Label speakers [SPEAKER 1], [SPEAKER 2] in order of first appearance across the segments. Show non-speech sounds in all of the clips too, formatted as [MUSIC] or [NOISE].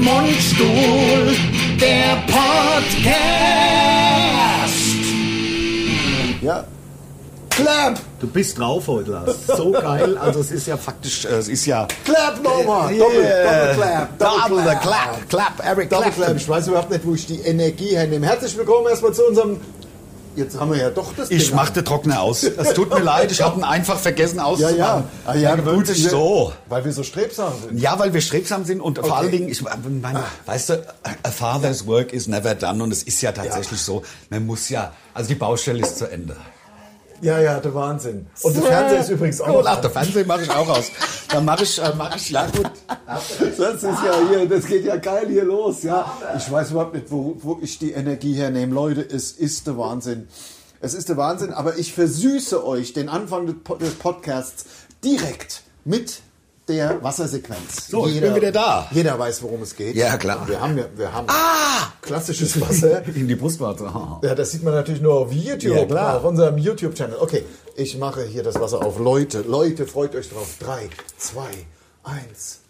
[SPEAKER 1] Mundstuhl, der Podcast.
[SPEAKER 2] Ja,
[SPEAKER 1] Clap,
[SPEAKER 2] du bist drauf heute, Lars. So geil. Also es ist ja faktisch, äh, es ist ja
[SPEAKER 1] clap nochmal.
[SPEAKER 2] Yeah.
[SPEAKER 1] Doppel, doppel clap,
[SPEAKER 2] Double the clap, clap, Eric
[SPEAKER 1] Double clap.
[SPEAKER 2] Clapton.
[SPEAKER 1] Ich weiß überhaupt nicht, wo ich die Energie hernehme. Herzlich willkommen erstmal zu unserem. Jetzt haben wir ja doch das.
[SPEAKER 2] Ich
[SPEAKER 1] Ding.
[SPEAKER 2] mach den Trockner aus. Es tut mir leid, ich habe ihn einfach vergessen
[SPEAKER 1] Ja,
[SPEAKER 2] auszumachen.
[SPEAKER 1] ja. Ah, ja,
[SPEAKER 2] Man gewöhnt
[SPEAKER 1] gut,
[SPEAKER 2] sich
[SPEAKER 1] wir-
[SPEAKER 2] so.
[SPEAKER 1] Weil wir so strebsam sind.
[SPEAKER 2] Ja, weil wir strebsam sind und vor allen Dingen, ich
[SPEAKER 1] Ah.
[SPEAKER 2] meine, weißt du, a father's work is never done und es ist ja tatsächlich so, man muss ja, also die Baustelle ist zu Ende.
[SPEAKER 1] Ja, ja, der Wahnsinn. Und der Fernseher ist übrigens auch
[SPEAKER 2] Oh, ach,
[SPEAKER 1] noch.
[SPEAKER 2] der Fernseher mache ich auch aus. Dann mache ich, äh, mach ich, ja gut.
[SPEAKER 1] Das ist ja hier, das geht ja geil hier los, ja. Ich weiß überhaupt nicht, wo, wo ich die Energie hernehme. Leute, es ist der Wahnsinn. Es ist der Wahnsinn, aber ich versüße euch den Anfang des Po- des Podcasts direkt mit der Wassersequenz.
[SPEAKER 2] So, ich bin wieder da.
[SPEAKER 1] Jeder weiß, worum es geht.
[SPEAKER 2] Ja, klar.
[SPEAKER 1] Wir haben, ja- wir haben Ah! klassisches Wasser.
[SPEAKER 2] In die Brustwarze. [LAUGHS]
[SPEAKER 1] Ja, das sieht man natürlich nur auf YouTube,
[SPEAKER 2] Ja, klar.
[SPEAKER 1] auf unserem YouTube-Channel. Okay, ich mache hier das Wasser auf. Leute, Leute, freut euch drauf. Drei, zwei, eins.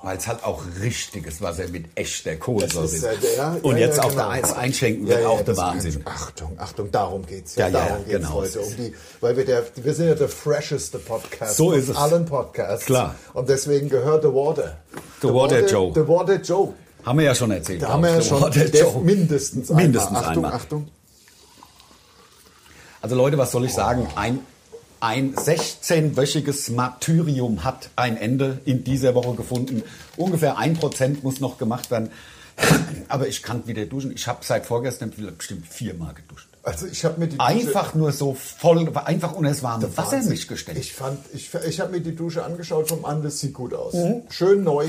[SPEAKER 2] Weil es halt auch richtiges Wasser mit echter Kohlensäure
[SPEAKER 1] Das ist
[SPEAKER 2] ist.
[SPEAKER 1] ja der-
[SPEAKER 2] und
[SPEAKER 1] ja,
[SPEAKER 2] jetzt
[SPEAKER 1] ja,
[SPEAKER 2] auch
[SPEAKER 1] genau.
[SPEAKER 2] der Eis einschenken wird auch der
[SPEAKER 1] das-
[SPEAKER 2] Wahnsinn.
[SPEAKER 1] Achtung, Achtung, darum geht's.
[SPEAKER 2] Ja, ja,
[SPEAKER 1] darum
[SPEAKER 2] ja, genau.
[SPEAKER 1] geht's heute. Um die, weil wir, der, wir sind ja der fresheste Podcast
[SPEAKER 2] So
[SPEAKER 1] von
[SPEAKER 2] ist es.
[SPEAKER 1] allen Podcasts.
[SPEAKER 2] Klar.
[SPEAKER 1] Und deswegen gehört The Water.
[SPEAKER 2] The Water Joe.
[SPEAKER 1] The Water Joe.
[SPEAKER 2] Haben wir ja schon erzählt.
[SPEAKER 1] Da haben wir ja
[SPEAKER 2] [LAUGHS]
[SPEAKER 1] schon
[SPEAKER 2] Water
[SPEAKER 1] def-
[SPEAKER 2] Joe.
[SPEAKER 1] mindestens einmal.
[SPEAKER 2] Mindestens
[SPEAKER 1] Achtung,
[SPEAKER 2] einmal.
[SPEAKER 1] Achtung.
[SPEAKER 2] Also Leute, was soll ich sagen? Ein, ein 16-wöchiges Martyrium hat ein Ende in dieser Woche gefunden. Ungefähr 1% muss noch gemacht werden. [LAUGHS] Aber ich kann wieder duschen. Ich habe seit vorgestern bestimmt viermal geduscht.
[SPEAKER 1] Also ich habe mir die Dusche-
[SPEAKER 2] Einfach nur so voll, einfach unter das warme Wasser
[SPEAKER 1] Wahnsinn.
[SPEAKER 2] mich gestellt.
[SPEAKER 1] Ich fand, ich, ich habe mir die Dusche angeschaut vom an, das sieht gut aus.
[SPEAKER 2] Mhm.
[SPEAKER 1] Schön neu.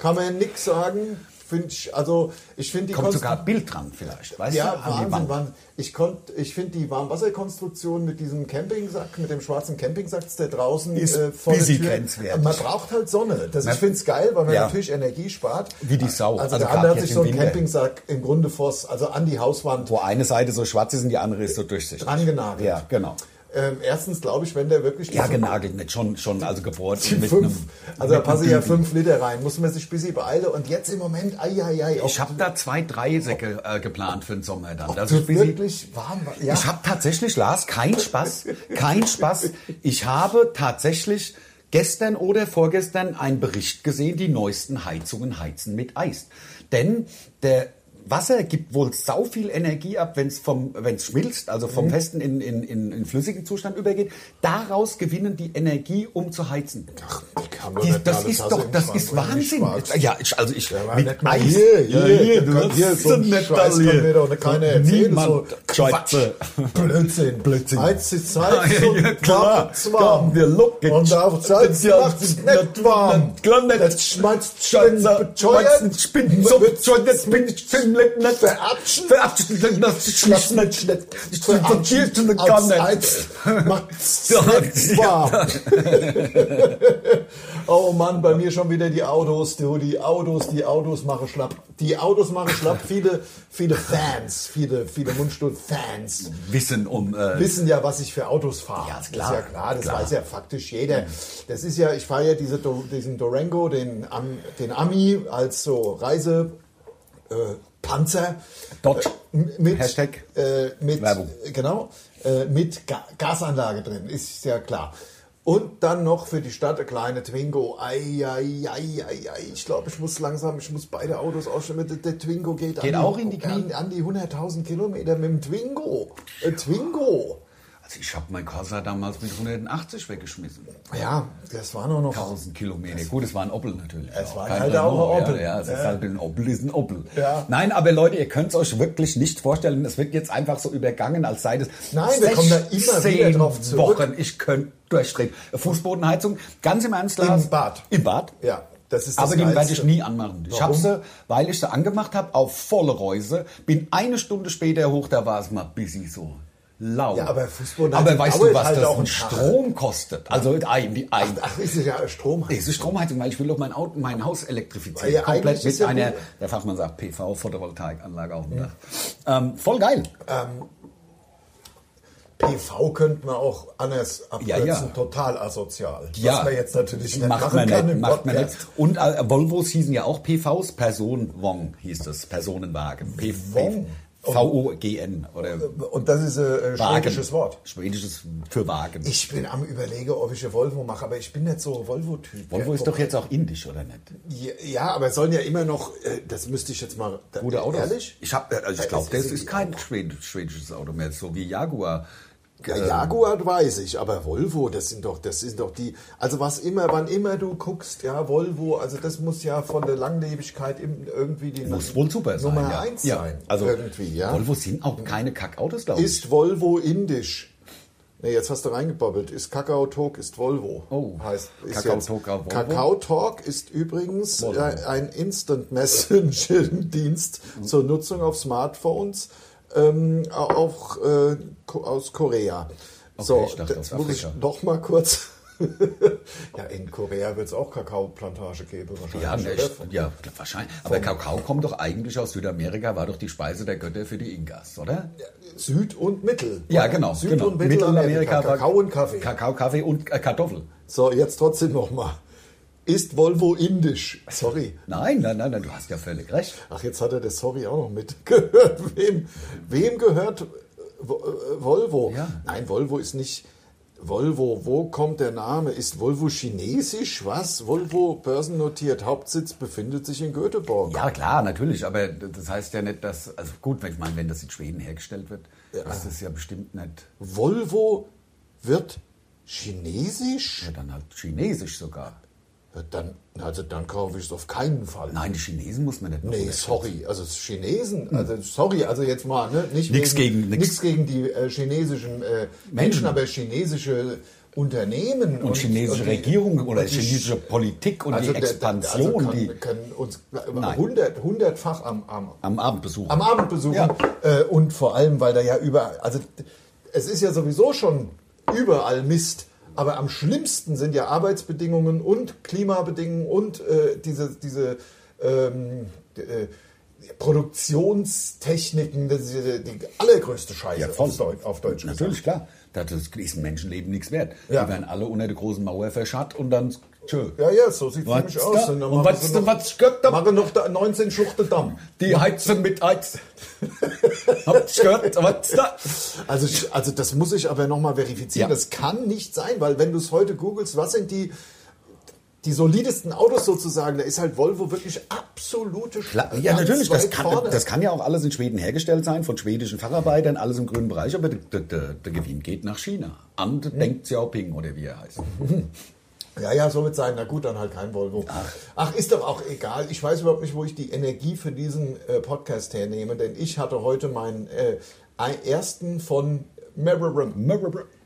[SPEAKER 1] Kann man nix sagen. Find ich, also ich finde die
[SPEAKER 2] Kommt
[SPEAKER 1] Konst-
[SPEAKER 2] sogar ein Bild dran vielleicht. Weißt
[SPEAKER 1] Ja,
[SPEAKER 2] du? An die
[SPEAKER 1] Wahnsinn,
[SPEAKER 2] Wand.
[SPEAKER 1] Wahnsinn. Ich, konnt- ich finde die Warmwasserkonstruktion mit diesem Campingsack, mit dem schwarzen Campingsack, der draußen äh,
[SPEAKER 2] Ist
[SPEAKER 1] vor der
[SPEAKER 2] busy
[SPEAKER 1] Tür-
[SPEAKER 2] grenzwertig.
[SPEAKER 1] Man braucht halt Sonne. Das, ich
[SPEAKER 2] Man-
[SPEAKER 1] finde es geil, weil man
[SPEAKER 2] Ja.
[SPEAKER 1] natürlich Energie spart.
[SPEAKER 2] Wie die Sau.
[SPEAKER 1] Also,
[SPEAKER 2] Also
[SPEAKER 1] der
[SPEAKER 2] grad
[SPEAKER 1] andere hat
[SPEAKER 2] jetzt
[SPEAKER 1] sich so
[SPEAKER 2] im
[SPEAKER 1] einen
[SPEAKER 2] Winter.
[SPEAKER 1] Campingsack im Grunde vors, also an die Hauswand
[SPEAKER 2] Wo eine Seite so schwarz ist und die andere ist so durchsichtig.
[SPEAKER 1] angenagelt.
[SPEAKER 2] Ja, genau.
[SPEAKER 1] Ähm, erstens glaube ich, wenn der wirklich
[SPEAKER 2] Ja,
[SPEAKER 1] diesen-
[SPEAKER 2] genagelt nicht, schon, schon also gebohrt. und mit
[SPEAKER 1] Also- fünf,
[SPEAKER 2] einem-
[SPEAKER 1] also da
[SPEAKER 2] mit einem
[SPEAKER 1] passen ja
[SPEAKER 2] Dübel.
[SPEAKER 1] fünf Liter rein, muss man sich ein bisschen beeilen. Und jetzt im Moment, ai, ai, ai,
[SPEAKER 2] Ich habe da zwei Dreisäcke äh, geplant für den Sommer dann. Das ist
[SPEAKER 1] das
[SPEAKER 2] busy.
[SPEAKER 1] wirklich warm. war- Ja.
[SPEAKER 2] also Ich habe tatsächlich, Lars, keinen Spaß, kein Spaß. Ich habe tatsächlich gestern oder vorgestern einen Bericht gesehen, die neuesten Heizungen heizen mit Eis. Denn der Wasser gibt wohl sau viel Energie ab, wenn es schmilzt, also vom festen in, in, in, in flüssigen Zustand übergeht. Daraus gewinnen die Energie, um zu heizen.
[SPEAKER 1] Ach, die kann doch
[SPEAKER 2] Die,
[SPEAKER 1] nicht
[SPEAKER 2] das
[SPEAKER 1] alle
[SPEAKER 2] ist
[SPEAKER 1] Tasse
[SPEAKER 2] doch,
[SPEAKER 1] im
[SPEAKER 2] das
[SPEAKER 1] Schrank
[SPEAKER 2] ist
[SPEAKER 1] und nicht
[SPEAKER 2] Wahnsinn.
[SPEAKER 1] schwarz.
[SPEAKER 2] Ja, ich, also ich,
[SPEAKER 1] Ja, aber nicht
[SPEAKER 2] mit
[SPEAKER 1] mal
[SPEAKER 2] Eis.
[SPEAKER 1] hier, hier,
[SPEAKER 2] du
[SPEAKER 1] hier, hier,
[SPEAKER 2] hast
[SPEAKER 1] so ein
[SPEAKER 2] sie nicht
[SPEAKER 1] Scheiß
[SPEAKER 2] alle.
[SPEAKER 1] kann mir doch keiner erzählen,
[SPEAKER 2] Niemand.
[SPEAKER 1] so
[SPEAKER 2] Quatsch.
[SPEAKER 1] [LAUGHS] Blödsinn.
[SPEAKER 2] Blödsinn.
[SPEAKER 1] Als die Zeit
[SPEAKER 2] Ja,
[SPEAKER 1] so
[SPEAKER 2] ja, klar.
[SPEAKER 1] nachts warm.
[SPEAKER 2] Komm, wir locken.
[SPEAKER 1] Und auf Zeit
[SPEAKER 2] Das ist ja
[SPEAKER 1] nachts nicht warm.
[SPEAKER 2] das kann nicht.
[SPEAKER 1] Das schmeißt Spinnen beteuert.
[SPEAKER 2] Scheiße, Spinnen, so bescheuert, jetzt bin ich ziemlich nett.
[SPEAKER 1] Veratschen?
[SPEAKER 2] Verabschieden, das ist schlecht, nicht schlecht. Ich bin verkehrt und kann nicht. [LAUGHS]
[SPEAKER 1] Macht's
[SPEAKER 2] Ja, ja.
[SPEAKER 1] nicht
[SPEAKER 2] [LAUGHS]
[SPEAKER 1] warm. oh Mann, bei mir schon wieder die Autos, du, die Autos, die Autos machen schlapp. Die Autos machen schlapp. Viele, viele Fans, viele, viele Mundstuhl-Fans
[SPEAKER 2] Wissen um, äh,
[SPEAKER 1] wissen ja, was ich für Autos fahre.
[SPEAKER 2] Ja, ist klar.
[SPEAKER 1] Das ist ja klar, das
[SPEAKER 2] Klar.
[SPEAKER 1] weiß ja faktisch jeder. Das ist ja, ich fahre ja diese, Do- diesen Durango, den, Am, den Ami als so Reise. Äh, Panzer.
[SPEAKER 2] Dodge.
[SPEAKER 1] M- Mit,
[SPEAKER 2] Hashtag.
[SPEAKER 1] Äh, mit,
[SPEAKER 2] Werbung.
[SPEAKER 1] Genau. Äh, mit Ga Gasanlage drin, ist ja klar. Und dann noch für die Stadt eine kleine Twingo. Ei, ei, ei, ei, ei. Ich glaube, ich muss langsam, ich muss beide Autos ausstellen. Der, der Twingo geht,
[SPEAKER 2] Geht
[SPEAKER 1] an,
[SPEAKER 2] auch in die Knie?
[SPEAKER 1] An, an die 100.000 Kilometer mit dem Twingo. Äh, Twingo.
[SPEAKER 2] also ich habe mein Corsa damals mit 180 weggeschmissen.
[SPEAKER 1] Ja, das war nur noch.
[SPEAKER 2] 1000 Kilometer. Gut, es war ein Opel natürlich.
[SPEAKER 1] Es war
[SPEAKER 2] Kein
[SPEAKER 1] halt
[SPEAKER 2] Renault,
[SPEAKER 1] auch ein Opel.
[SPEAKER 2] Ja, ja, es
[SPEAKER 1] Ja.
[SPEAKER 2] ist halt ein Opel, ist ein Opel.
[SPEAKER 1] Ja.
[SPEAKER 2] Nein, aber Leute, ihr könnt es euch wirklich nicht vorstellen. Es wird jetzt einfach so übergangen, als sei das.
[SPEAKER 1] Nein, wir kommen da immer wieder
[SPEAKER 2] 16
[SPEAKER 1] drauf zurück.
[SPEAKER 2] Wochen, ich könnte durchdrehen. Fußbodenheizung, ganz im Ernst, Lars.
[SPEAKER 1] Im Bad.
[SPEAKER 2] Im Bad.
[SPEAKER 1] Ja, das ist das
[SPEAKER 2] Aber die werde ich
[SPEAKER 1] Geilste.
[SPEAKER 2] nie anmachen. Ich
[SPEAKER 1] Warum?
[SPEAKER 2] habe sie, weil ich sie angemacht habe, auf volle Reuse. Bin eine Stunde später hoch, da war es mal busy so. Laut.
[SPEAKER 1] Ja, aber Fußbodenheizung
[SPEAKER 2] aber weißt du,
[SPEAKER 1] dauert
[SPEAKER 2] was
[SPEAKER 1] halt
[SPEAKER 2] das
[SPEAKER 1] auch
[SPEAKER 2] ein
[SPEAKER 1] einen Tag.
[SPEAKER 2] Strom kostet? Also ein, die ein.
[SPEAKER 1] Ach, ist es ja Strom.
[SPEAKER 2] Diese Stromheizung, weil ich will doch mein Auto, mein Haus elektrifizieren.
[SPEAKER 1] Ja, eigentlich
[SPEAKER 2] komplett
[SPEAKER 1] ist
[SPEAKER 2] mit
[SPEAKER 1] ja
[SPEAKER 2] einer,
[SPEAKER 1] gut.
[SPEAKER 2] der Fachmann sagt, PV, Photovoltaikanlage auf dem Dach. Ähm, voll geil.
[SPEAKER 1] PV könnte man auch anders abkürzen,
[SPEAKER 2] Ja, ja.
[SPEAKER 1] total asozial.
[SPEAKER 2] Ja.
[SPEAKER 1] Was man jetzt natürlich nicht
[SPEAKER 2] macht
[SPEAKER 1] Also machen
[SPEAKER 2] man
[SPEAKER 1] kann
[SPEAKER 2] nicht,
[SPEAKER 1] im
[SPEAKER 2] macht man nicht.
[SPEAKER 1] Podcast.
[SPEAKER 2] Und äh, Volvos hießen ja auch PVs, Personenwong hieß das, Personenwagen. P-
[SPEAKER 1] Wong?
[SPEAKER 2] V-O-G-N oder
[SPEAKER 1] Und das ist ein äh,
[SPEAKER 2] Wagen.
[SPEAKER 1] schwedisches Wort.
[SPEAKER 2] Schwedisches für Wagen.
[SPEAKER 1] Ich bin am überlegen, ob ich ein Volvo mache, aber ich bin nicht so ein Volvo-Typ.
[SPEAKER 2] Volvo
[SPEAKER 1] Ja,
[SPEAKER 2] ist doch jetzt auch indisch, oder nicht?
[SPEAKER 1] Ja, ja, aber es sollen ja immer noch, äh, das müsste ich jetzt mal, da-
[SPEAKER 2] Gute Autos.
[SPEAKER 1] ehrlich?
[SPEAKER 2] Ich, hab- also ich
[SPEAKER 1] Ja,
[SPEAKER 2] glaube,
[SPEAKER 1] es
[SPEAKER 2] das
[SPEAKER 1] sind
[SPEAKER 2] ist
[SPEAKER 1] die
[SPEAKER 2] kein Schwed schwedisches Auto mehr, so wie Jaguar.
[SPEAKER 1] Ja,
[SPEAKER 2] Ähm.
[SPEAKER 1] Jaguar weiß ich, aber Volvo, das sind doch, das sind doch die, also was immer, wann immer du guckst, ja, Volvo, also das muss ja von der Langlebigkeit im- irgendwie die
[SPEAKER 2] Muss wohl super sein.
[SPEAKER 1] Nummer
[SPEAKER 2] ja.
[SPEAKER 1] eins
[SPEAKER 2] ja.
[SPEAKER 1] sein.
[SPEAKER 2] Also
[SPEAKER 1] irgendwie, ja.
[SPEAKER 2] Volvo sind auch keine Kackautos, glaube ich.
[SPEAKER 1] Ist Volvo indisch? Nee, jetzt hast du reingebobbelt. Ist Kakao Talk ist Volvo.
[SPEAKER 2] Oh.
[SPEAKER 1] heißt ist
[SPEAKER 2] Kakao
[SPEAKER 1] jetzt.
[SPEAKER 2] Talk auf Volvo?
[SPEAKER 1] Kakao Talk ist übrigens
[SPEAKER 2] Volvo. Mhm.
[SPEAKER 1] äh, ein Instant Messaging Dienst zur Nutzung auf Smartphones, ähm, auch äh, ko- aus Korea. so,
[SPEAKER 2] ich dachte
[SPEAKER 1] jetzt
[SPEAKER 2] aus
[SPEAKER 1] muss ich
[SPEAKER 2] Afrika.
[SPEAKER 1] noch mal kurz. [LAUGHS] ja, in Korea wird es auch Kakaoplantage geben
[SPEAKER 2] Ja,
[SPEAKER 1] wahrscheinlich.
[SPEAKER 2] ne,
[SPEAKER 1] oder?
[SPEAKER 2] ich, ja, wahrscheinlich. Aber Kakao kommt doch eigentlich aus Südamerika, war doch die Speise der Götter für die Inkas, oder?
[SPEAKER 1] Süd und Mittel.
[SPEAKER 2] Ja, genau.
[SPEAKER 1] Süd
[SPEAKER 2] genau.
[SPEAKER 1] und Mittelamerika.
[SPEAKER 2] war-
[SPEAKER 1] Kakao und Kaffee.
[SPEAKER 2] Kakao, Kaffee und äh, Kartoffel.
[SPEAKER 1] So, jetzt trotzdem nochmal. Ist Volvo indisch? Sorry.
[SPEAKER 2] Nein, nein, nein, nein, du hast ja völlig recht.
[SPEAKER 1] Ach, jetzt hat er das Sorry auch noch mitgehört. [LAUGHS] Wem, wem gehört Vo- äh, Volvo?
[SPEAKER 2] Ja.
[SPEAKER 1] Nein, Volvo ist nicht. Volvo, wo kommt der Name? Ist Volvo chinesisch? Was? Volvo börsennotiert. Hauptsitz befindet sich in Göteborg.
[SPEAKER 2] Ja, klar, natürlich, aber das heißt ja nicht, dass, also gut, wenn ich meine, wenn das in Schweden hergestellt wird, das ist ja bestimmt nicht,
[SPEAKER 1] Volvo wird chinesisch?
[SPEAKER 2] ja, dann halt chinesisch sogar.
[SPEAKER 1] Ja, Dann, also dann kaufe ich es auf keinen Fall.
[SPEAKER 2] Nein, die Chinesen muss man nicht.
[SPEAKER 1] Nee, sorry, also es ist Chinesen, also sorry, also jetzt mal, ne? Nicht
[SPEAKER 2] Hm. Nix gegen- nix. Hm.
[SPEAKER 1] nix gegen die äh, chinesischen äh, Menschen, aber chinesische Unternehmen
[SPEAKER 2] Und chinesische
[SPEAKER 1] und die-
[SPEAKER 2] Regierung oder
[SPEAKER 1] und die- Also
[SPEAKER 2] chinesische Politik und die
[SPEAKER 1] der- der-
[SPEAKER 2] Expansion,
[SPEAKER 1] also
[SPEAKER 2] die
[SPEAKER 1] kann, können uns
[SPEAKER 2] Nein.
[SPEAKER 1] hundert, hundertfach am, am,
[SPEAKER 2] am Abend besuchen.
[SPEAKER 1] am Abend besuchen
[SPEAKER 2] Ja.
[SPEAKER 1] äh, und vor allem, weil da ja überall, also es ist ja sowieso schon überall Mist. Aber am schlimmsten sind ja Arbeitsbedingungen und Klimabedingungen und äh, diese, diese ähm, d- äh, Produktionstechniken, das ist ja die, die allergrößte Scheiße
[SPEAKER 2] Ja, voll.
[SPEAKER 1] auf, Deu auf Deutsch. gesagt.
[SPEAKER 2] Natürlich, klar. Das ist ein Menschenleben nichts wert.
[SPEAKER 1] Ja.
[SPEAKER 2] Die werden alle unter der großen Mauer verscharrt und dann tschö.
[SPEAKER 1] Ja, ja, so sieht es
[SPEAKER 2] Also Was
[SPEAKER 1] nämlich
[SPEAKER 2] da?
[SPEAKER 1] aus.
[SPEAKER 2] Und
[SPEAKER 1] machen
[SPEAKER 2] was
[SPEAKER 1] sie
[SPEAKER 2] da-
[SPEAKER 1] noch-
[SPEAKER 2] was gehört da?
[SPEAKER 1] Machen noch da 19 Schuchten Damm.
[SPEAKER 2] Die heizen mit Heiz. [LAUGHS] Habt ihr gehört? Was da?
[SPEAKER 1] Also, ich- also das muss ich aber nochmal verifizieren.
[SPEAKER 2] Ja.
[SPEAKER 1] Das kann nicht sein, weil wenn du es heute googelst, was sind die, die solidesten Autos sozusagen, da ist halt Volvo wirklich absolute Sch-
[SPEAKER 2] Klar, ja,
[SPEAKER 1] ganz
[SPEAKER 2] natürlich. Das
[SPEAKER 1] weit
[SPEAKER 2] kann,
[SPEAKER 1] vorne.
[SPEAKER 2] das kann ja auch alles in Schweden hergestellt sein, von schwedischen Facharbeitern, alles im grünen Bereich, aber der, der- der, der Gewinn geht nach China. An
[SPEAKER 1] Hm.
[SPEAKER 2] Deng Xiaoping oder wie er heißt.
[SPEAKER 1] ja, ja, so wird sein. Na gut, dann halt kein Volvo. Ach. ist doch auch egal. Ich weiß überhaupt nicht, wo ich die Energie für diesen äh, Podcast hernehme, denn ich hatte heute meinen äh, ein- ersten von Merriam.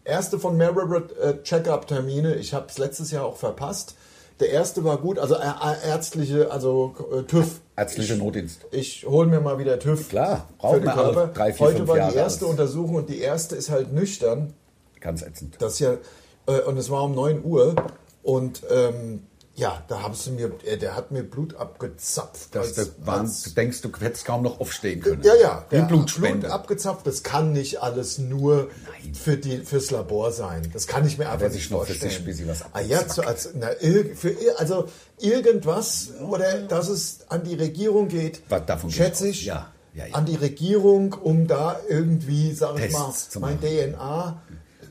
[SPEAKER 1] Erste von Maryborough äh, Check-up-Termine. Ich habe es letztes Jahr auch verpasst. Der erste war gut, also ä- ä- ärztliche, also äh, TÜV.
[SPEAKER 2] Ärztlicher Notdienst.
[SPEAKER 1] Ich hole mir mal wieder TÜV.
[SPEAKER 2] Klar, brauchen
[SPEAKER 1] brauchen wir
[SPEAKER 2] wir alle
[SPEAKER 1] Körper.
[SPEAKER 2] drei, vier,
[SPEAKER 1] Heute
[SPEAKER 2] fünf
[SPEAKER 1] war
[SPEAKER 2] Jahre
[SPEAKER 1] die erste
[SPEAKER 2] als-
[SPEAKER 1] Untersuchung und die erste ist halt nüchtern.
[SPEAKER 2] Ganz ätzend.
[SPEAKER 1] Das ja, äh, und es war um 9 Uhr und ähm, ja, da haben sie mir, äh, der hat mir Blut abgezapft.
[SPEAKER 2] Dass
[SPEAKER 1] als-
[SPEAKER 2] du, warst, du denkst, du hättest kaum noch aufstehen können.
[SPEAKER 1] ja, ja.
[SPEAKER 2] Wie
[SPEAKER 1] der
[SPEAKER 2] ein Blutspende.
[SPEAKER 1] Blut abgezapft, das kann nicht alles nur
[SPEAKER 2] Nein.
[SPEAKER 1] für die, fürs Labor sein. Das kann ich mir einfach
[SPEAKER 2] sich
[SPEAKER 1] nicht
[SPEAKER 2] noch für
[SPEAKER 1] vorstellen.
[SPEAKER 2] sich ein bisschen was
[SPEAKER 1] ah, ja, zu, als, na, irg- für, ir- also irgendwas, oder dass es an die Regierung geht,
[SPEAKER 2] Was davon geht
[SPEAKER 1] schätze
[SPEAKER 2] aus.
[SPEAKER 1] ich,
[SPEAKER 2] Ja, ja, ja.
[SPEAKER 1] an die Regierung, um da irgendwie, sag ich mal,
[SPEAKER 2] Tests zu
[SPEAKER 1] mein
[SPEAKER 2] machen.
[SPEAKER 1] DNA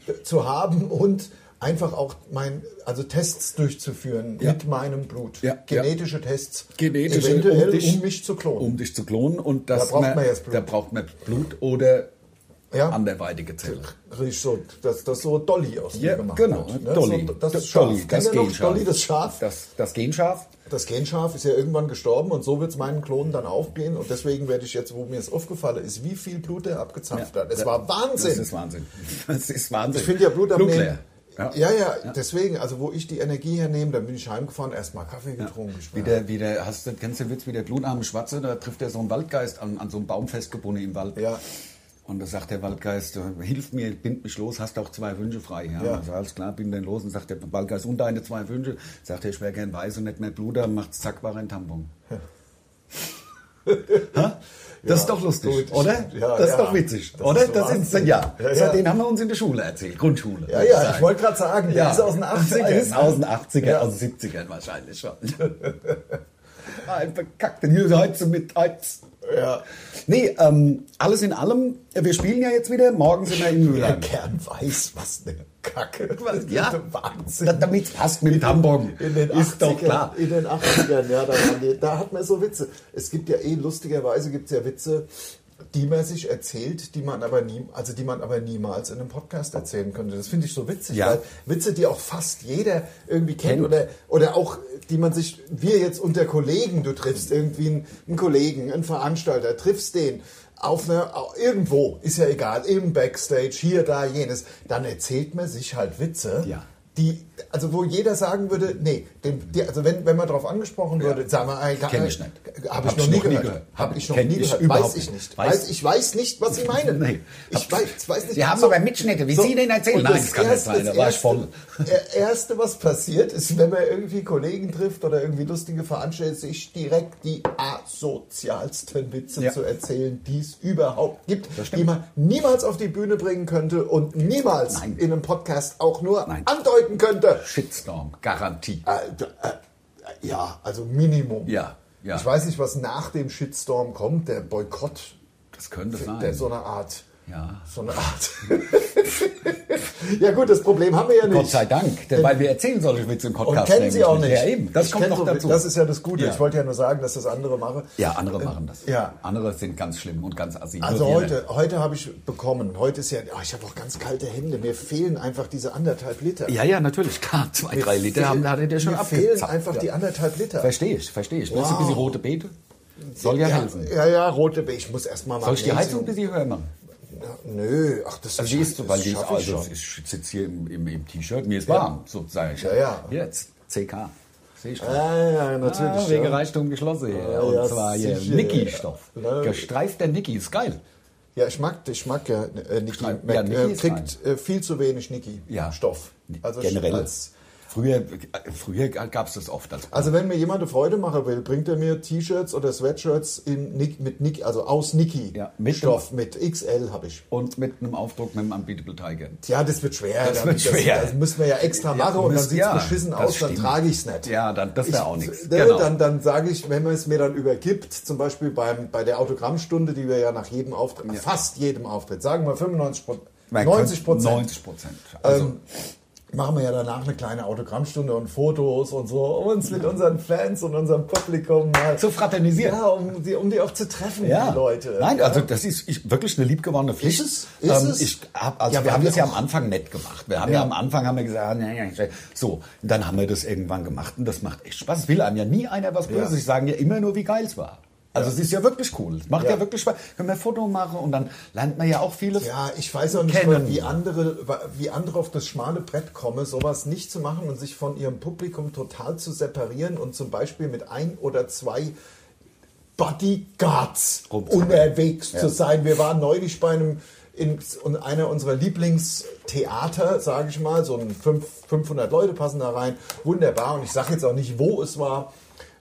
[SPEAKER 1] äh, zu haben und einfach auch mein, also Tests durchzuführen
[SPEAKER 2] Ja.
[SPEAKER 1] mit meinem Blut.
[SPEAKER 2] Ja, ja.
[SPEAKER 1] genetische Tests.
[SPEAKER 2] Genetisch,
[SPEAKER 1] eventuell, um, mich zu klonen.
[SPEAKER 2] Um dich zu klonen und das
[SPEAKER 1] Da braucht man jetzt Blut.
[SPEAKER 2] Da braucht man Blut oder
[SPEAKER 1] Ja.
[SPEAKER 2] anderweitige Zellen.
[SPEAKER 1] Richtig, so, dass das so Dolly aus mir
[SPEAKER 2] Ja,
[SPEAKER 1] gemacht
[SPEAKER 2] genau.
[SPEAKER 1] wird. ne?
[SPEAKER 2] Dolly.
[SPEAKER 1] So, das
[SPEAKER 2] Das
[SPEAKER 1] ist scharf.
[SPEAKER 2] Dolly,
[SPEAKER 1] Kennt
[SPEAKER 2] das
[SPEAKER 1] ihr noch
[SPEAKER 2] Genschaf.
[SPEAKER 1] Dolly, das Schaf.
[SPEAKER 2] Das, das Genschaf?
[SPEAKER 1] Das Genschaf ist ja irgendwann gestorben und so wird es meinen Klonen dann aufgehen. Und deswegen werde ich jetzt, wo mir es aufgefallen ist, wie viel Blut er abgezapft hat. Es war Wahnsinn.
[SPEAKER 2] Das ist Wahnsinn. [LAUGHS] Das ist Wahnsinn.
[SPEAKER 1] ich finde ja Blut abnehmen.
[SPEAKER 2] leer.
[SPEAKER 1] Ja.
[SPEAKER 2] Ja.
[SPEAKER 1] Ja, deswegen, also wo ich die Energie hernehme, dann bin ich heimgefahren, erstmal Kaffee getrunken. ich bin-
[SPEAKER 2] Wieder, wieder, hast du, kennst du den Witz mit der blutarmen Schwarze? Da trifft er so einen Waldgeist an, an so einem Baum festgebunden im Wald.
[SPEAKER 1] Ja.
[SPEAKER 2] Und da sagt der Waldgeist, hilf mir, bind mich los, hast auch zwei Wünsche frei. Ja,
[SPEAKER 1] Ja.
[SPEAKER 2] Also alles klar, bind den los. Und sagt der Waldgeist, und deine zwei Wünsche? Sagt er, ich wäre
[SPEAKER 1] [LAUGHS]
[SPEAKER 2] gern weiß und nicht mehr Bluter, macht's zack, war ein Tampon. Das ist doch lustig,
[SPEAKER 1] gut, ich-
[SPEAKER 2] oder?
[SPEAKER 1] ja,
[SPEAKER 2] das ist
[SPEAKER 1] ja.
[SPEAKER 2] doch witzig,
[SPEAKER 1] Das
[SPEAKER 2] oder?
[SPEAKER 1] ist
[SPEAKER 2] das ist
[SPEAKER 1] Wahnsinn.
[SPEAKER 2] ja.
[SPEAKER 1] Ja, ja.
[SPEAKER 2] Seitdem haben wir uns in der Schule erzählt, Grundschule.
[SPEAKER 1] Ja, ja, ich
[SPEAKER 2] sozusagen.
[SPEAKER 1] wollte gerade sagen, der ist
[SPEAKER 2] [LAUGHS]
[SPEAKER 1] aus den 80ern.
[SPEAKER 2] Ist aus den 80ern,
[SPEAKER 1] Ja.
[SPEAKER 2] aus den 70ern wahrscheinlich schon. Ein verkackter News heute mit Heiz.
[SPEAKER 1] Ja.
[SPEAKER 2] Nee, ähm, alles in allem, äh, wir spielen ja jetzt wieder, morgen sind wir in
[SPEAKER 1] Der
[SPEAKER 2] Mühlheim.
[SPEAKER 1] Kern weiß, was eine Kacke.
[SPEAKER 2] Was- ja.
[SPEAKER 1] Das ist Wahnsinn.
[SPEAKER 2] Da- Damit passt mit Hamburg.
[SPEAKER 1] In den
[SPEAKER 2] Ist doch
[SPEAKER 1] 80ern,
[SPEAKER 2] klar.
[SPEAKER 1] In den 80ern, ja, da, waren die, da hat man so Witze. Es gibt ja eh, lustigerweise gibt es ja Witze, die man sich erzählt, die man aber nie, also die man aber niemals in einem Podcast erzählen könnte. Das finde ich so witzig,
[SPEAKER 2] Ja.
[SPEAKER 1] weil Witze, die auch fast jeder irgendwie kennt
[SPEAKER 2] Kennt.
[SPEAKER 1] oder, oder auch, die man sich, wir jetzt unter Kollegen, du triffst irgendwie einen, einen Kollegen, einen Veranstalter, triffst den auf einer, au- irgendwo, ist ja egal, im Backstage, hier, da, jenes, dann erzählt man sich halt Witze,
[SPEAKER 2] Ja.
[SPEAKER 1] die, also wo jeder sagen würde, nee, dem, die, also wenn, wenn man darauf angesprochen würde, sag mal, ah, ey,
[SPEAKER 2] Kenn ich nicht.
[SPEAKER 1] Habe ich, noch nie gehört. Habe ich noch
[SPEAKER 2] Kenn
[SPEAKER 1] nie
[SPEAKER 2] ich
[SPEAKER 1] gehört.
[SPEAKER 2] überhaupt
[SPEAKER 1] Weiß ich
[SPEAKER 2] nicht.
[SPEAKER 1] nicht.
[SPEAKER 2] Weiß-
[SPEAKER 1] Weiß, ich weiß nicht, was Sie
[SPEAKER 2] [LAUGHS]
[SPEAKER 1] meinen.
[SPEAKER 2] Nee.
[SPEAKER 1] Ich weiß, weiß nicht. Also
[SPEAKER 2] Sie haben aber Mitschnitte, wie Sie den erzählen.
[SPEAKER 1] und
[SPEAKER 2] Oh Nein, das kann nicht sein, da war ich voll.
[SPEAKER 1] [LAUGHS] Erste, erste, was passiert, ist, wenn man irgendwie Kollegen trifft oder irgendwie lustige Veranstaltungen, sich direkt die asozialsten Witze
[SPEAKER 2] Ja.
[SPEAKER 1] zu erzählen, die es überhaupt gibt,
[SPEAKER 2] Das stimmt.
[SPEAKER 1] die man niemals auf die Bühne bringen könnte und niemals
[SPEAKER 2] Nein.
[SPEAKER 1] in einem Podcast auch nur
[SPEAKER 2] Nein.
[SPEAKER 1] andeuten könnte.
[SPEAKER 2] Shitstorm, Garantie.
[SPEAKER 1] Äh, d- äh, ja, also Minimum.
[SPEAKER 2] Ja, ja.
[SPEAKER 1] Ich weiß nicht, was nach dem Shitstorm kommt, der Boykott,
[SPEAKER 2] Das könnte sein.
[SPEAKER 1] der so eine Art.
[SPEAKER 2] Ja.
[SPEAKER 1] So eine Art. [LAUGHS] ja gut, das Problem haben wir ja nicht.
[SPEAKER 2] Gott sei Dank, denn, weil wir erzählen solche Witze im
[SPEAKER 1] Und
[SPEAKER 2] Podcast.
[SPEAKER 1] kennen sie
[SPEAKER 2] nämlich
[SPEAKER 1] auch nicht.
[SPEAKER 2] Ja, eben, das
[SPEAKER 1] Ich
[SPEAKER 2] kommt
[SPEAKER 1] kenn
[SPEAKER 2] noch
[SPEAKER 1] so-
[SPEAKER 2] dazu.
[SPEAKER 1] Das ist ja das Gute.
[SPEAKER 2] Ja.
[SPEAKER 1] Ich wollte ja nur sagen, dass das andere mache.
[SPEAKER 2] ja, andere machen das.
[SPEAKER 1] ja.
[SPEAKER 2] Andere sind ganz schlimm und ganz assi.
[SPEAKER 1] Also
[SPEAKER 2] Nur wir
[SPEAKER 1] heute, heute habe ich bekommen. Heute ist ja, oh, ich habe auch ganz kalte Hände. Mir fehlen einfach diese anderthalb Liter.
[SPEAKER 2] nicht. Ja, ja, natürlich, klar. [LAUGHS] Zwei, drei
[SPEAKER 1] Mir
[SPEAKER 2] Liter
[SPEAKER 1] fehl-
[SPEAKER 2] haben, hat er dir schon
[SPEAKER 1] Mir fehlen
[SPEAKER 2] abgezapft.
[SPEAKER 1] einfach
[SPEAKER 2] ja.
[SPEAKER 1] die anderthalb Liter.
[SPEAKER 2] Verstehe ich, verstehe ich. Willst du ein
[SPEAKER 1] Wow.
[SPEAKER 2] bisschen rote Beete? Soll ja, helfen.
[SPEAKER 1] Ja, ja, rote Be- Ich muss erstmal mal.
[SPEAKER 2] Soll ich die
[SPEAKER 1] Magnesium-
[SPEAKER 2] Heizung ein bisschen höher machen?
[SPEAKER 1] Ja, Nö, ach, das
[SPEAKER 2] Also die ist, weil die ist,
[SPEAKER 1] schaffe
[SPEAKER 2] also
[SPEAKER 1] schon.
[SPEAKER 2] ich sitze hier im, im, im T-Shirt, mir ist warm, sozusagen.
[SPEAKER 1] Ja, ja.
[SPEAKER 2] Jetzt, CK. Sehe ich gerade.
[SPEAKER 1] Ja, ja, natürlich.
[SPEAKER 2] Ah, wegen
[SPEAKER 1] ja. Ah,
[SPEAKER 2] Reichtum geschlossen hier.
[SPEAKER 1] Ja,
[SPEAKER 2] und
[SPEAKER 1] ja,
[SPEAKER 2] zwar hier
[SPEAKER 1] sicher.
[SPEAKER 2] Niki-Stoff.
[SPEAKER 1] Ja.
[SPEAKER 2] Gestreifter Niki, ist geil.
[SPEAKER 1] ja, ich mag, ich mag ja äh, Niki.
[SPEAKER 2] Ja,
[SPEAKER 1] Mac,
[SPEAKER 2] Niki
[SPEAKER 1] äh,
[SPEAKER 2] ist
[SPEAKER 1] kriegt äh, viel zu wenig Niki
[SPEAKER 2] Ja.
[SPEAKER 1] Stoff. Also
[SPEAKER 2] Generell.
[SPEAKER 1] Als,
[SPEAKER 2] Früher, früher gab es das oft. Als
[SPEAKER 1] also wenn mir jemand eine Freude machen will, bringt er mir T-Shirts oder Sweatshirts in Nick, mit Nick, also aus Niki
[SPEAKER 2] Ja, mit
[SPEAKER 1] Stoff mit XL habe ich.
[SPEAKER 2] und mit einem Aufdruck mit einem Unbeatable Tiger.
[SPEAKER 1] Ja, das wird schwer.
[SPEAKER 2] Das wird schwer.
[SPEAKER 1] Das, müssen wir ja extra machen und dann
[SPEAKER 2] müsst-
[SPEAKER 1] sieht es
[SPEAKER 2] ja,
[SPEAKER 1] beschissen
[SPEAKER 2] das
[SPEAKER 1] aus,
[SPEAKER 2] stimmt.
[SPEAKER 1] dann trage ich es nicht.
[SPEAKER 2] Ja, dann, das wäre auch Genau. nichts.
[SPEAKER 1] Ne, Dann, dann sage ich, wenn man es mir dann übergibt, zum Beispiel beim, bei der Autogrammstunde, die wir ja nach jedem Auftritt, fast jedem Auftritt, sagen wir 95 Prozent,
[SPEAKER 2] Man
[SPEAKER 1] 90
[SPEAKER 2] könnte-
[SPEAKER 1] Prozent, Ähm,
[SPEAKER 2] 90 Prozent. Also,
[SPEAKER 1] machen wir ja danach eine kleine Autogrammstunde und Fotos und so, um uns mit unseren Fans und unserem Publikum mal
[SPEAKER 2] Zu fraternisieren.
[SPEAKER 1] Ja, um die, um die auch zu treffen,
[SPEAKER 2] ja.
[SPEAKER 1] die Leute.
[SPEAKER 2] Nein, also das ist ich, wirklich eine liebgewonnene Pflicht.
[SPEAKER 1] Ist es? Ist es?
[SPEAKER 2] Ich hab, also
[SPEAKER 1] Ja,
[SPEAKER 2] wir
[SPEAKER 1] aber
[SPEAKER 2] haben
[SPEAKER 1] wir
[SPEAKER 2] das ja
[SPEAKER 1] auch-
[SPEAKER 2] am Anfang nett gemacht. Wir haben ja,
[SPEAKER 1] Ja.
[SPEAKER 2] am Anfang haben wir gesagt, ja, ja, ja. so, und dann haben wir das irgendwann gemacht und das macht echt Spaß. Es will einem ja nie einer was Böses.
[SPEAKER 1] Ja.
[SPEAKER 2] Ich sage ja immer nur, wie geil es war. Also es ist ja wirklich cool. Es macht ja.
[SPEAKER 1] Ja.
[SPEAKER 2] wirklich Spaß. Können wir ein Foto machen und dann lernt man ja auch vieles.
[SPEAKER 1] Ja, ich weiß auch nicht,
[SPEAKER 2] Kennen.
[SPEAKER 1] wie andere, wie andere auf das schmale Brett kommen, sowas nicht zu machen und sich von ihrem Publikum total zu separieren und zum Beispiel mit ein oder zwei Bodyguards
[SPEAKER 2] Rumzurennen.
[SPEAKER 1] unterwegs
[SPEAKER 2] Ja.
[SPEAKER 1] zu sein. Wir waren neulich bei einem in in einer unserer Lieblingstheater, sage ich mal, so ein fünf- 500 Leute passen da rein, wunderbar. Und ich sage jetzt auch nicht, wo es war,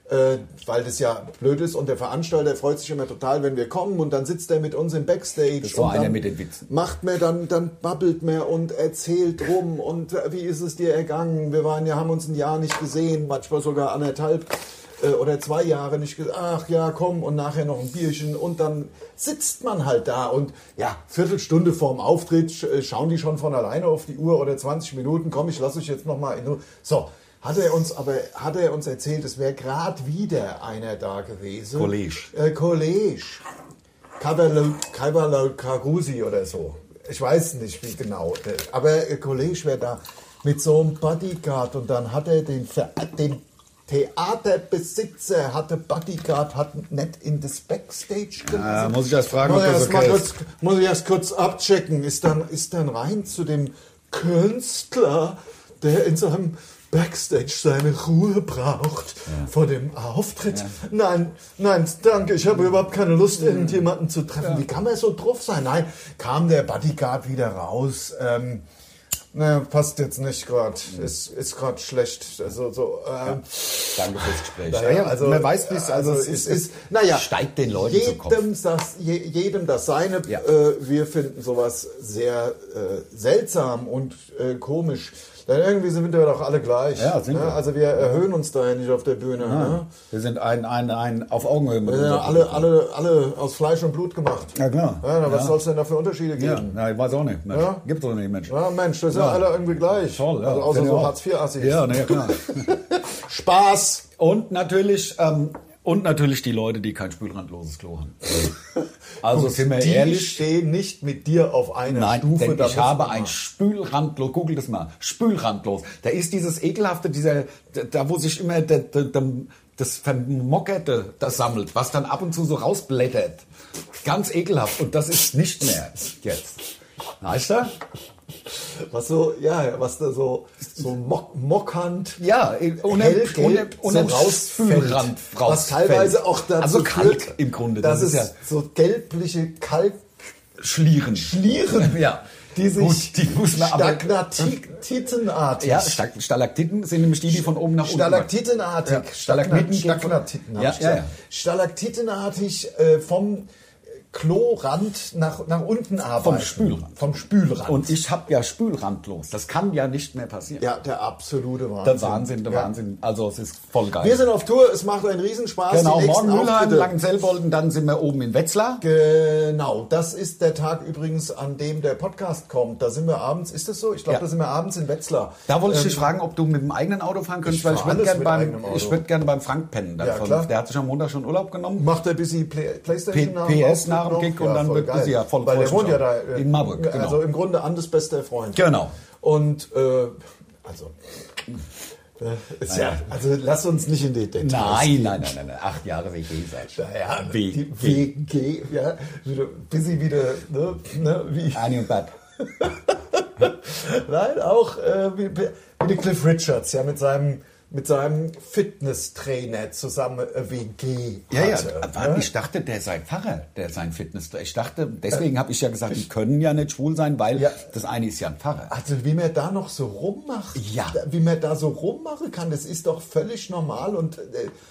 [SPEAKER 1] äh, weil das ja blöd ist. Und der Veranstalter freut sich immer total, wenn wir kommen. Und dann sitzt er mit uns im Backstage.
[SPEAKER 2] Das war
[SPEAKER 1] und
[SPEAKER 2] einer
[SPEAKER 1] dann
[SPEAKER 2] mit den Witzen.
[SPEAKER 1] Macht mir dann, dann babbelt mir und erzählt rum und äh, wie ist es dir ergangen? Wir waren ja, haben uns ein Jahr nicht gesehen, manchmal sogar anderthalb äh, oder zwei Jahre nicht gesehen. Ach ja, komm und nachher noch ein Bierchen und dann sitzt man halt da und ja, Viertelstunde vorm Auftritt sch äh, schauen die schon von alleine auf die Uhr oder 20 Minuten. Komm, ich lasse euch jetzt noch mal in Ruhe. So. Hat er uns aber hat er uns erzählt, es wäre gerade wieder einer da gewesen.
[SPEAKER 2] Kollege.
[SPEAKER 1] Äh, Kollege. Kavala Kavala Karusi oder so. Ich weiß nicht, wie genau. Aber ihr Kollege wäre da mit so einem Bodyguard und dann hat er den, Ver den Theaterbesitzer, hatte Bodyguard, hat nicht in das Backstage gelassen.
[SPEAKER 2] Ah, muss ich erst fragen, ob
[SPEAKER 1] muss
[SPEAKER 2] das
[SPEAKER 1] ich erst mal
[SPEAKER 2] okay
[SPEAKER 1] kurz, Muss ich erst kurz abchecken. Ist dann, ist dann rein zu dem Künstler, der in seinem Backstage seine Ruhe braucht vor dem Auftritt. Nein, nein, danke, ich habe überhaupt keine Lust, irgendjemanden zu treffen. Wie kann man so drauf sein? Nein, kam der Bodyguard wieder raus. Ähm, Ne, passt jetzt nicht gerade. Ist, ist gerade schlecht. Also so. ähm,
[SPEAKER 2] Danke fürs Gespräch.
[SPEAKER 1] naja,
[SPEAKER 2] man weiß, wie es also, es ist,
[SPEAKER 1] ist, ist, naja,
[SPEAKER 2] steigt den Leuten zu Kopf.
[SPEAKER 1] jedem das, je, jedem das seine.
[SPEAKER 2] Ja.
[SPEAKER 1] Äh, wir finden sowas sehr äh, seltsam und äh, komisch. Denn irgendwie sind wir doch alle gleich.
[SPEAKER 2] Ja, sind
[SPEAKER 1] ne?
[SPEAKER 2] wir.
[SPEAKER 1] Also wir erhöhen uns da ja nicht auf der Bühne. Ne?
[SPEAKER 2] Wir sind ein, ein, ein auf Augenhöhe mit
[SPEAKER 1] Wir sind ja
[SPEAKER 2] unserem
[SPEAKER 1] alle, alle, alle aus Fleisch und Blut gemacht.
[SPEAKER 2] Ja, klar.
[SPEAKER 1] Ja, na, was soll es denn da für Unterschiede
[SPEAKER 2] Ja,
[SPEAKER 1] geben?
[SPEAKER 2] na, ich weiß auch nicht. Mensch.
[SPEAKER 1] Ja?
[SPEAKER 2] Gibt es doch nicht, Mensch.
[SPEAKER 1] Ja, Mensch, das sind ja. alle irgendwie gleich.
[SPEAKER 2] Toll, ja.
[SPEAKER 1] also außer
[SPEAKER 2] Finde ich
[SPEAKER 1] so
[SPEAKER 2] auch.
[SPEAKER 1] Hartz-IV-Assis.
[SPEAKER 2] Ja, ne. na ja, klar.
[SPEAKER 1] Spaß!
[SPEAKER 2] und, natürlich, ähm, und natürlich die Leute, die kein spülrandloses Klo haben. Also sind wir
[SPEAKER 1] die
[SPEAKER 2] ehrlich.
[SPEAKER 1] stehen nicht mit dir auf einer
[SPEAKER 2] Nein,
[SPEAKER 1] Stufe.
[SPEAKER 2] denn
[SPEAKER 1] da
[SPEAKER 2] ich
[SPEAKER 1] muss
[SPEAKER 2] habe
[SPEAKER 1] man
[SPEAKER 2] ein
[SPEAKER 1] mal-
[SPEAKER 2] Spülrandlos, google das mal, Spülrandlos. Da ist dieses ekelhafte, dieser, da- da wo sich immer der, der, der, das Vermockerte das sammelt, was dann ab und zu so rausblättert. Ganz ekelhaft und das ist nicht mehr jetzt. Weißt du?
[SPEAKER 1] was so, ja, was da so, so mock, mockernd,
[SPEAKER 2] Ja, ohne,
[SPEAKER 1] hellgelb
[SPEAKER 2] ohne, ohne
[SPEAKER 1] so rausfällt.
[SPEAKER 2] Spülrand
[SPEAKER 1] was
[SPEAKER 2] rausfällt.
[SPEAKER 1] teilweise auch dazu
[SPEAKER 2] Also Kalk
[SPEAKER 1] führt,
[SPEAKER 2] im Grunde,
[SPEAKER 1] dass
[SPEAKER 2] das
[SPEAKER 1] es
[SPEAKER 2] ist ja
[SPEAKER 1] so gelbliche
[SPEAKER 2] Schlieren.
[SPEAKER 1] Kalkschlieren,
[SPEAKER 2] [LAUGHS] Ja.
[SPEAKER 1] die sich
[SPEAKER 2] Gut, die muss man aber-
[SPEAKER 1] Stagnatitenartig,
[SPEAKER 2] Ja, Stak- Stalaktiten sind nämlich die, die von oben nach unten
[SPEAKER 1] Stalaktitenartig,
[SPEAKER 2] Ja, Stalagmiten, Stagnat-
[SPEAKER 1] Stagnatiten, hab
[SPEAKER 2] Ja,
[SPEAKER 1] ich gesagt.
[SPEAKER 2] ja, ja.
[SPEAKER 1] Stalaktitenartig äh, vom Klorand nach, nach unten arbeiten.
[SPEAKER 2] Spülrand.
[SPEAKER 1] Vom Spülrand.
[SPEAKER 2] Und ich habe ja Spülrandlos. Das kann ja nicht mehr passieren.
[SPEAKER 1] Ja, der absolute Wahnsinn.
[SPEAKER 2] Der Wahnsinn, der
[SPEAKER 1] Ja.
[SPEAKER 2] Wahnsinn. Also es ist voll geil.
[SPEAKER 1] Wir sind auf Tour, es macht einen Riesenspaß.
[SPEAKER 2] genau,
[SPEAKER 1] Die nächsten
[SPEAKER 2] morgen Mülheim,
[SPEAKER 1] Auftritte-
[SPEAKER 2] Langenzellbolden, dann sind wir oben in Wetzlar.
[SPEAKER 1] Genau, das ist der Tag übrigens, an dem der Podcast kommt. Da sind wir abends, ist das so? Ich glaube,
[SPEAKER 2] Ja.
[SPEAKER 1] da sind wir abends in Wetzlar. Ähm,
[SPEAKER 2] Da wollte ich dich fragen, ob du mit dem eigenen Auto fahren könntest,
[SPEAKER 1] Ich
[SPEAKER 2] weil
[SPEAKER 1] fahr
[SPEAKER 2] ich würde
[SPEAKER 1] alles
[SPEAKER 2] gerne
[SPEAKER 1] mit
[SPEAKER 2] beim,
[SPEAKER 1] eigenem Auto.
[SPEAKER 2] ich würd gern beim Frank pennen. davon.
[SPEAKER 1] klar.
[SPEAKER 2] der hat sich am Montag schon Urlaub genommen.
[SPEAKER 1] Macht er bis die Play Playstation
[SPEAKER 2] P-
[SPEAKER 1] nach
[SPEAKER 2] PS
[SPEAKER 1] Auftritt
[SPEAKER 2] nach dem
[SPEAKER 1] noch?
[SPEAKER 2] Gig und dann
[SPEAKER 1] voll
[SPEAKER 2] wird-
[SPEAKER 1] geil.
[SPEAKER 2] ist ja voll-
[SPEAKER 1] Weil der
[SPEAKER 2] voll
[SPEAKER 1] wohnt ja
[SPEAKER 2] schon.
[SPEAKER 1] da äh,
[SPEAKER 2] In Marburg, genau.
[SPEAKER 1] Also im Grunde Andes bester Freund.
[SPEAKER 2] Genau.
[SPEAKER 1] Und äh, also äh, ist ja, also lass uns nicht in die Details.
[SPEAKER 2] Nein, nein, nein, nein, nein. Acht Jahre
[SPEAKER 1] eh
[SPEAKER 2] WG sag ich.
[SPEAKER 1] Ja,
[SPEAKER 2] W-
[SPEAKER 1] die
[SPEAKER 2] W-
[SPEAKER 1] WG, ja, wieder, bis sie wieder, ne, ne, wie,
[SPEAKER 2] Annie und Bad.
[SPEAKER 1] [LAUGHS] nein, auch äh, wie, wie der Cliff Richards, ja, mit seinem, mit seinem Fitness-Trainer zusammen eine WG
[SPEAKER 2] Ja, ja.
[SPEAKER 1] hatte.
[SPEAKER 2] Aber Ich dachte, der sei Pfarrer, der sein Fitness. Ich dachte, deswegen habe ich ja gesagt, die können ja nicht schwul sein, weil
[SPEAKER 1] Ja.
[SPEAKER 2] das eine ist ja ein Pfarrer.
[SPEAKER 1] Also wie man da noch so rummacht,
[SPEAKER 2] Ja.
[SPEAKER 1] da- wie man da so rummachen kann, das ist doch völlig normal und äh,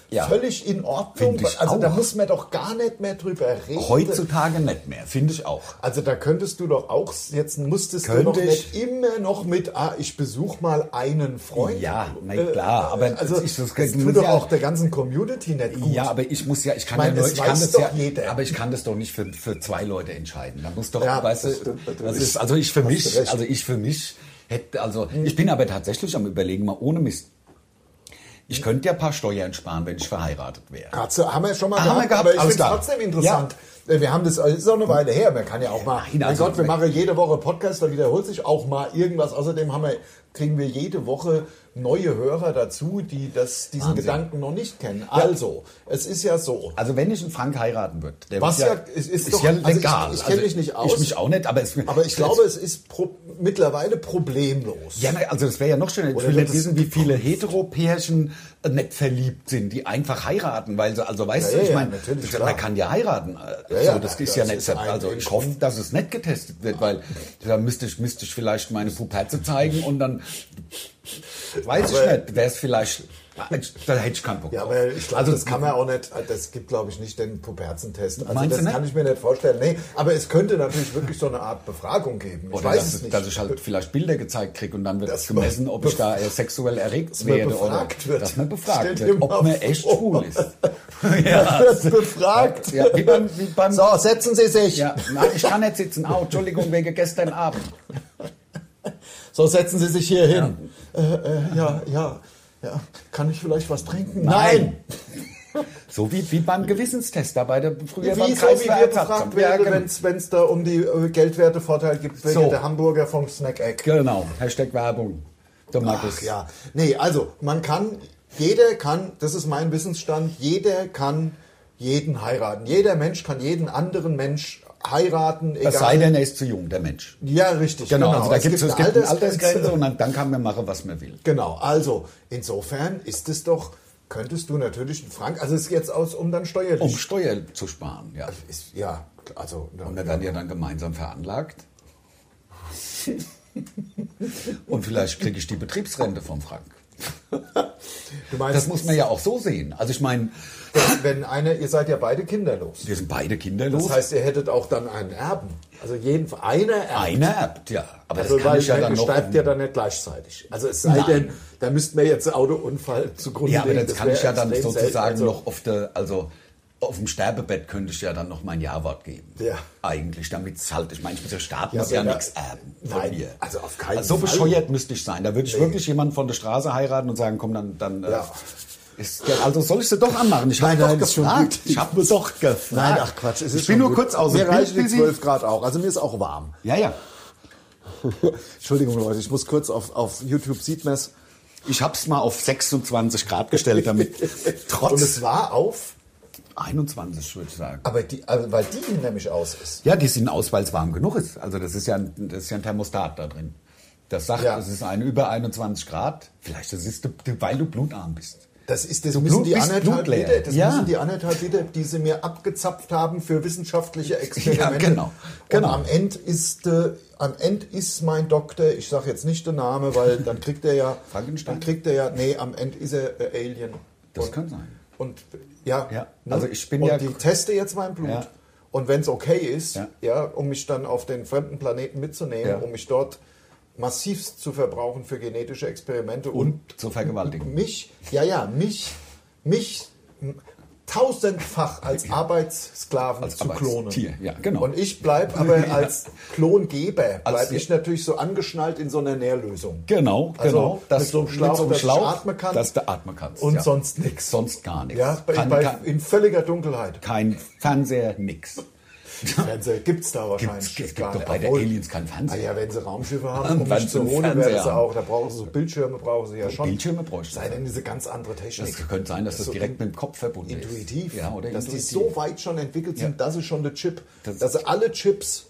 [SPEAKER 2] Ja.
[SPEAKER 1] völlig in Ordnung.
[SPEAKER 2] Find ich
[SPEAKER 1] also da
[SPEAKER 2] auch.
[SPEAKER 1] muss man doch gar nicht mehr drüber reden.
[SPEAKER 2] Heutzutage nicht mehr, finde ich auch.
[SPEAKER 1] Also da könntest du doch auch, jetzt musstest
[SPEAKER 2] Könnte
[SPEAKER 1] du doch
[SPEAKER 2] ich?
[SPEAKER 1] nicht immer noch mit, ah, ich besuche mal einen Freund.
[SPEAKER 2] Ja, na klar, aber
[SPEAKER 1] also
[SPEAKER 2] das ist- das
[SPEAKER 1] das
[SPEAKER 2] muss
[SPEAKER 1] tut doch
[SPEAKER 2] ja-
[SPEAKER 1] auch der ganzen Community nicht gut.
[SPEAKER 2] Ja, aber ich muss ja, ich kann
[SPEAKER 1] Ich meine,
[SPEAKER 2] ja nur,
[SPEAKER 1] es
[SPEAKER 2] ich kann
[SPEAKER 1] weiß
[SPEAKER 2] das
[SPEAKER 1] doch
[SPEAKER 2] ja,
[SPEAKER 1] jeder.
[SPEAKER 2] aber ich kann das doch nicht für, für zwei Leute entscheiden. Da muss doch,
[SPEAKER 1] Ja,
[SPEAKER 2] weißt
[SPEAKER 1] das
[SPEAKER 2] du,
[SPEAKER 1] stimmt natürlich.
[SPEAKER 2] das ist, also ich für
[SPEAKER 1] Hast du
[SPEAKER 2] mich,
[SPEAKER 1] recht. Hm.
[SPEAKER 2] also ich für mich hätte, also ich bin aber tatsächlich am überlegen, mal ohne Mist.
[SPEAKER 1] Hm.
[SPEAKER 2] Ich könnte ja ein paar Steuern sparen, wenn ich verheiratet wäre.
[SPEAKER 1] Katze haben wir schon mal
[SPEAKER 2] Ah, haben wir gehabt,
[SPEAKER 1] aber ich
[SPEAKER 2] alles
[SPEAKER 1] finde es
[SPEAKER 2] klar.
[SPEAKER 1] trotzdem interessant. Äh, Wir haben das, das ist auch eine Weile her, man kann ja auch mal,
[SPEAKER 2] Nein,
[SPEAKER 1] mein
[SPEAKER 2] also-
[SPEAKER 1] Gott, wir machen jede Woche Podcast, da wiederholt sich auch mal irgendwas. Außerdem haben wir, kriegen wir jede Woche neue Hörer dazu, die das, diesen
[SPEAKER 2] Wahnsinn.
[SPEAKER 1] Gedanken noch nicht kennen. Also, es ist ja so,
[SPEAKER 2] Also wenn ich einen Frank heiraten würde, der
[SPEAKER 1] Was
[SPEAKER 2] wird
[SPEAKER 1] ja- es ist doch-
[SPEAKER 2] ja
[SPEAKER 1] also ich-
[SPEAKER 2] legal.
[SPEAKER 1] ich kenn mich nicht aus.
[SPEAKER 2] Ich mich auch nicht, aber es,
[SPEAKER 1] aber ich glaube, es ist pro, mittlerweile problemlos.
[SPEAKER 2] Ja, na, also das wäre ja noch schöner. Ich
[SPEAKER 1] Oder
[SPEAKER 2] will
[SPEAKER 1] wird
[SPEAKER 2] nicht
[SPEAKER 1] es
[SPEAKER 2] wissen, wie viele Heteropärchen äh, nicht verliebt sind, die einfach heiraten, weil sie, also weißt
[SPEAKER 1] Ja,
[SPEAKER 2] du,
[SPEAKER 1] ja,
[SPEAKER 2] ich
[SPEAKER 1] ja,
[SPEAKER 2] meine,
[SPEAKER 1] natürlich,
[SPEAKER 2] das-
[SPEAKER 1] klar.
[SPEAKER 2] man kann ja heiraten. äh,
[SPEAKER 1] Ja, ja,
[SPEAKER 2] so, das
[SPEAKER 1] ja,
[SPEAKER 2] ist
[SPEAKER 1] das
[SPEAKER 2] ja nicht
[SPEAKER 1] ist
[SPEAKER 2] so.
[SPEAKER 1] ein-
[SPEAKER 2] Also ich hoffe, dass es nicht getestet wird, weil da müsste ich, müsste ich vielleicht meine Puperze zeigen und dann weiß
[SPEAKER 1] Aber-
[SPEAKER 2] ich nicht, wäre es vielleicht, da hätte ich keinen Bock
[SPEAKER 1] Ja,
[SPEAKER 2] drauf.
[SPEAKER 1] aber ich glaube,
[SPEAKER 2] also,
[SPEAKER 1] das kann man auch nicht, das gibt, glaube ich, nicht den Puperzentest. Also
[SPEAKER 2] Meinst
[SPEAKER 1] das
[SPEAKER 2] du nicht?
[SPEAKER 1] kann ich mir nicht vorstellen. Nee, aber es könnte natürlich wirklich so eine Art Befragung geben. Ich
[SPEAKER 2] Oder
[SPEAKER 1] weiß
[SPEAKER 2] dass,
[SPEAKER 1] es nicht. [LAUGHS]
[SPEAKER 2] dass ich halt vielleicht Bilder gezeigt kriege und dann wird
[SPEAKER 1] Dass
[SPEAKER 2] gemessen, ob ich da
[SPEAKER 1] man-
[SPEAKER 2] äh, sexuell erregt
[SPEAKER 1] man
[SPEAKER 2] werde oder
[SPEAKER 1] befragt wird.
[SPEAKER 2] dass man
[SPEAKER 1] Stell
[SPEAKER 2] befragt
[SPEAKER 1] dir
[SPEAKER 2] wird,
[SPEAKER 1] mal
[SPEAKER 2] ob man echt
[SPEAKER 1] vor.
[SPEAKER 2] schwul
[SPEAKER 1] [LAUGHS]
[SPEAKER 2] ist. [LAUGHS]
[SPEAKER 1] Man wird befragt.
[SPEAKER 2] Ja, wie beim, wie beim
[SPEAKER 1] So, setzen Sie sich.
[SPEAKER 2] ja, nein, ich kann nicht sitzen. Oh, Entschuldigung, wegen gestern Abend.
[SPEAKER 1] So, setzen Sie sich hier hin. Ja. Äh, äh, ja, ja, ja. Kann ich vielleicht was trinken? Nein.
[SPEAKER 2] So wie, wie beim Gewissenstest, da bei der früher beim
[SPEAKER 1] Wie so, wie wir befragt
[SPEAKER 2] Kreiswehrersatz.
[SPEAKER 1] werden,
[SPEAKER 2] Ja, genau.
[SPEAKER 1] wenn es da um die äh, Geldwertevorteil gibt, wegen
[SPEAKER 2] So.
[SPEAKER 1] der Hamburger vom Snack-Eck.
[SPEAKER 2] genau. genau, Hashtag Werbung. Der Markus.
[SPEAKER 1] Ach ja, nee, also man kann, jeder kann, das ist mein Wissensstand, jeder kann jeden heiraten. Jeder Mensch kann jeden anderen Mensch heiraten, egal.
[SPEAKER 2] Es sei denn, er ist zu jung, der Mensch.
[SPEAKER 1] ja, richtig.
[SPEAKER 2] Genau, also da
[SPEAKER 1] Es
[SPEAKER 2] gibt es gibt
[SPEAKER 1] eine
[SPEAKER 2] eine Altersgrenze und dann, dann kann man machen, was man will.
[SPEAKER 1] Genau, also insofern ist es doch, könntest du natürlich einen Frank, also es ist jetzt aus, um dann steuerlich.
[SPEAKER 2] Um Steuer zu sparen, ja.
[SPEAKER 1] ist, ja, also.
[SPEAKER 2] Um
[SPEAKER 1] [LAUGHS]
[SPEAKER 2] Und wir werden ja dann gemeinsam veranlagt. Und vielleicht kriege ich die Betriebsrente vom Frank.
[SPEAKER 1] Du meinst,
[SPEAKER 2] Das muss man ja auch so sehen. Also ich meine,
[SPEAKER 1] dass, wenn einer, ihr seid ja beide kinderlos.
[SPEAKER 2] wir sind beide kinderlos.
[SPEAKER 1] Das heißt, ihr hättet auch dann einen Erben. Also jeden, einer erbt.
[SPEAKER 2] einer erbt, ja. Aber das
[SPEAKER 1] Also
[SPEAKER 2] kann
[SPEAKER 1] weil
[SPEAKER 2] ich ja dann
[SPEAKER 1] der
[SPEAKER 2] noch... um-
[SPEAKER 1] steigt ja dann nicht gleichzeitig. Also es sei
[SPEAKER 2] Nein.
[SPEAKER 1] denn, da müsste man jetzt Autounfall zugrunde
[SPEAKER 2] Ja, aber
[SPEAKER 1] legen.
[SPEAKER 2] das kann
[SPEAKER 1] wär
[SPEAKER 2] ich ja dann
[SPEAKER 1] extrem
[SPEAKER 2] sozusagen
[SPEAKER 1] selten. Also,
[SPEAKER 2] noch auf der, also auf dem Sterbebett könnte ich ja dann noch mein Ja-Wort geben.
[SPEAKER 1] Ja.
[SPEAKER 2] Eigentlich, damit es halt, ich meine, ich muss ja Staat
[SPEAKER 1] Ja,
[SPEAKER 2] muss
[SPEAKER 1] wenn
[SPEAKER 2] ja
[SPEAKER 1] da-
[SPEAKER 2] nichts erben von
[SPEAKER 1] Nein,
[SPEAKER 2] mir.
[SPEAKER 1] also auf keinen
[SPEAKER 2] also so
[SPEAKER 1] Fall.
[SPEAKER 2] bescheuert müsste ich sein. Da würde ich wirklich jemanden von der Straße heiraten und sagen, komm, dann, dann äh,
[SPEAKER 1] Ja.
[SPEAKER 2] ist der, also soll ich sie doch anmachen? Ich habe
[SPEAKER 1] Nein,
[SPEAKER 2] doch
[SPEAKER 1] nein, ist schon
[SPEAKER 2] gefragt.
[SPEAKER 1] gut.
[SPEAKER 2] Ich habe doch gefragt.
[SPEAKER 1] Nein, ach Quatsch. Es ist
[SPEAKER 2] ich bin
[SPEAKER 1] schon
[SPEAKER 2] nur
[SPEAKER 1] gut.
[SPEAKER 2] kurz aus
[SPEAKER 1] Mir
[SPEAKER 2] dem
[SPEAKER 1] reichen die
[SPEAKER 2] Bild,
[SPEAKER 1] 12 Grad auch. Also mir ist auch warm.
[SPEAKER 2] Ja, ja.
[SPEAKER 1] Entschuldigung, Leute, ich muss kurz auf, auf YouTube sieht man es.
[SPEAKER 2] Ich habe es mal auf 26 Grad gestellt,
[SPEAKER 1] [LAUGHS]
[SPEAKER 2] damit
[SPEAKER 1] Und
[SPEAKER 2] trotz
[SPEAKER 1] es war auf,
[SPEAKER 2] 21, würde ich sagen.
[SPEAKER 1] aber die, also weil die nämlich aus ist.
[SPEAKER 2] Ja, die sind aus, weil es warm genug ist. Also das ist ja ein, das ist ja ein Thermostat da drin. Das sagt,
[SPEAKER 1] Ja.
[SPEAKER 2] es ist ein über 21 Grad. Vielleicht das ist, du- weil du blutarm bist.
[SPEAKER 1] Das ist das
[SPEAKER 2] Du
[SPEAKER 1] müssen die
[SPEAKER 2] bist
[SPEAKER 1] anderthalb
[SPEAKER 2] blutleer.
[SPEAKER 1] Liter, das
[SPEAKER 2] Ja.
[SPEAKER 1] müssen die anderthalb Liter, die sie mir abgezapft haben für wissenschaftliche Experimente.
[SPEAKER 2] Ja, genau. Genau.
[SPEAKER 1] Und am Ende ist äh, am Ende ist mein Doktor, ich sage jetzt nicht den Namen, weil dann kriegt er
[SPEAKER 2] [LAUGHS]
[SPEAKER 1] ja
[SPEAKER 2] Frankenstein?
[SPEAKER 1] Dann kriegt er ja nee, am Ende ist er äh, Alien.
[SPEAKER 2] Das kann sein.
[SPEAKER 1] Und äh, ja,
[SPEAKER 2] Ja, also ich bin
[SPEAKER 1] und
[SPEAKER 2] ja-
[SPEAKER 1] die teste jetzt mein Blut.
[SPEAKER 2] Ja.
[SPEAKER 1] Und wenn es okay ist, ja.
[SPEAKER 2] Ja.
[SPEAKER 1] um mich dann auf den fremden Planeten mitzunehmen,
[SPEAKER 2] Ja.
[SPEAKER 1] um mich dort massivst zu verbrauchen für genetische Experimente und
[SPEAKER 2] Zu vergewaltigen.
[SPEAKER 1] mich, ja, ja, mich, mich m-
[SPEAKER 2] [LAUGHS]
[SPEAKER 1] tausendfach als Arbeitssklaven
[SPEAKER 2] Als
[SPEAKER 1] zu klonen.
[SPEAKER 2] Arbeitstier, ja, genau.
[SPEAKER 1] Und ich
[SPEAKER 2] [LAUGHS]
[SPEAKER 1] bleibe aber als Klongeber,
[SPEAKER 2] Als-
[SPEAKER 1] bleibe ich natürlich so angeschnallt in so einer Nährlösung.
[SPEAKER 2] Genau,
[SPEAKER 1] Also
[SPEAKER 2] genau.
[SPEAKER 1] mit so einem Schlauch, dass ich atmen kann.
[SPEAKER 2] dass du atmen kannst.
[SPEAKER 1] Und sonst nix.
[SPEAKER 2] Sonst gar nichts.
[SPEAKER 1] Ja, bei,
[SPEAKER 2] kein,
[SPEAKER 1] bei,
[SPEAKER 2] kein,
[SPEAKER 1] in
[SPEAKER 2] [LAUGHS]
[SPEAKER 1] völliger Dunkelheit.
[SPEAKER 2] kein Fernseher, nix.
[SPEAKER 1] Fernseher gibt es da wahrscheinlich.
[SPEAKER 2] Gibt's, es gibt
[SPEAKER 1] gar
[SPEAKER 2] doch
[SPEAKER 1] nicht.
[SPEAKER 2] bei der
[SPEAKER 1] Obwohl-
[SPEAKER 2] Aliens kein
[SPEAKER 1] Ah
[SPEAKER 2] Fernseher.
[SPEAKER 1] ja, wenn sie Raumschiffe haben,
[SPEAKER 2] Wenn
[SPEAKER 1] um mich
[SPEAKER 2] sie
[SPEAKER 1] zu
[SPEAKER 2] einen
[SPEAKER 1] holen,
[SPEAKER 2] Fernseher
[SPEAKER 1] wäre sie
[SPEAKER 2] haben.
[SPEAKER 1] auch. Da brauchen sie so Bildschirme, brauchen sie ja schon.
[SPEAKER 2] Bildschirme bräuchte
[SPEAKER 1] Sei
[SPEAKER 2] es.
[SPEAKER 1] denn diese ganz andere Technik.
[SPEAKER 2] Es könnte sein, dass das
[SPEAKER 1] So
[SPEAKER 2] direkt mit dem Kopf verbunden ist.
[SPEAKER 1] intuitiv,
[SPEAKER 2] Ja, oder
[SPEAKER 1] dass die
[SPEAKER 2] intuitiv.
[SPEAKER 1] so weit schon entwickelt sind,
[SPEAKER 2] Ja.
[SPEAKER 1] dass sie schon der Chip,
[SPEAKER 2] Das-
[SPEAKER 1] dass sie alle Chips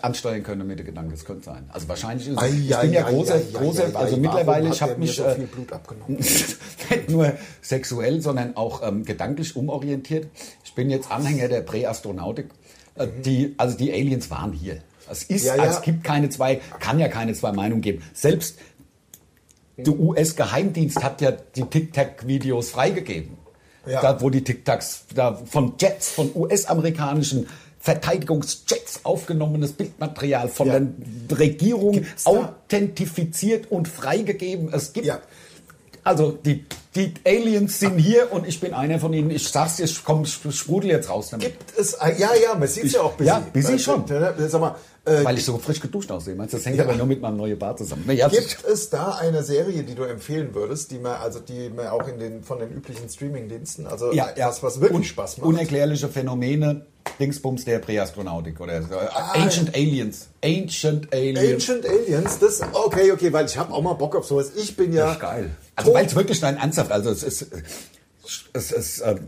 [SPEAKER 2] ansteuern könnte mit den Gedanken. Das könnte sein. Also wahrscheinlich ist es.
[SPEAKER 1] Ei,
[SPEAKER 2] ich
[SPEAKER 1] ei,
[SPEAKER 2] bin ja
[SPEAKER 1] ei,
[SPEAKER 2] großer,
[SPEAKER 1] ei, ei,
[SPEAKER 2] großer
[SPEAKER 1] ei,
[SPEAKER 2] also
[SPEAKER 1] ei, warum
[SPEAKER 2] mittlerweile,
[SPEAKER 1] hat
[SPEAKER 2] ich
[SPEAKER 1] der
[SPEAKER 2] habe
[SPEAKER 1] mir
[SPEAKER 2] mich
[SPEAKER 1] so
[SPEAKER 2] äh,
[SPEAKER 1] viel Blut
[SPEAKER 2] [LAUGHS]
[SPEAKER 1] abgenommen?
[SPEAKER 2] nicht nur sexuell, sondern auch ähm, gedanklich umorientiert. Ich bin jetzt Anhänger der Präastronautik. Äh, die, also die Aliens waren hier. Es ist,
[SPEAKER 1] Mhm. Ja, ja.
[SPEAKER 2] es gibt keine zwei, kann ja keine zwei Meinungen geben. Selbst der US-Geheimdienst hat ja die Tic-Tac-Videos freigegeben.
[SPEAKER 1] Ja.
[SPEAKER 2] Da, wo die Tic-Tacs da von Jets, von US-amerikanischen Verteidigungsjets aufgenommenes Bildmaterial von
[SPEAKER 1] Ja.
[SPEAKER 2] der Regierung
[SPEAKER 1] Gibt's da?
[SPEAKER 2] authentifiziert und freigegeben. Es gibt
[SPEAKER 1] Ja.
[SPEAKER 2] also die, die Aliens sind hier und ich bin einer von ihnen. Ich sag's dir, ich komm, ich sprudel jetzt raus damit.
[SPEAKER 1] gibt es. äh, Ja, ja, man sieht es ja auch
[SPEAKER 2] ja, busy
[SPEAKER 1] Äh,
[SPEAKER 2] schon.
[SPEAKER 1] äh, Sag mal, äh,
[SPEAKER 2] Weil ich so frisch geduscht aussehe. Meinst du, das hängt
[SPEAKER 1] Ja.
[SPEAKER 2] aber nur mit meinem neuen Bart zusammen. Ja,
[SPEAKER 1] gibt es da eine Serie, die du empfehlen würdest, die man also die man auch in den von den üblichen Streaming-Diensten, also
[SPEAKER 2] ja,
[SPEAKER 1] äh,
[SPEAKER 2] ja.
[SPEAKER 1] was was wirklich
[SPEAKER 2] Un-
[SPEAKER 1] Spaß macht?
[SPEAKER 2] Unerklärliche Phänomene, Dingsbums der Präastronautik oder so.
[SPEAKER 1] Ah,
[SPEAKER 2] Ancient Aliens. Ancient Aliens.
[SPEAKER 1] Ancient Aliens, das okay, okay, weil ich habe auch mal Bock auf sowas. Ich bin ja
[SPEAKER 2] Das ist geil. Also
[SPEAKER 1] tot-
[SPEAKER 2] weil es wirklich ein ernsthaft, also es ist, es ist, ähm,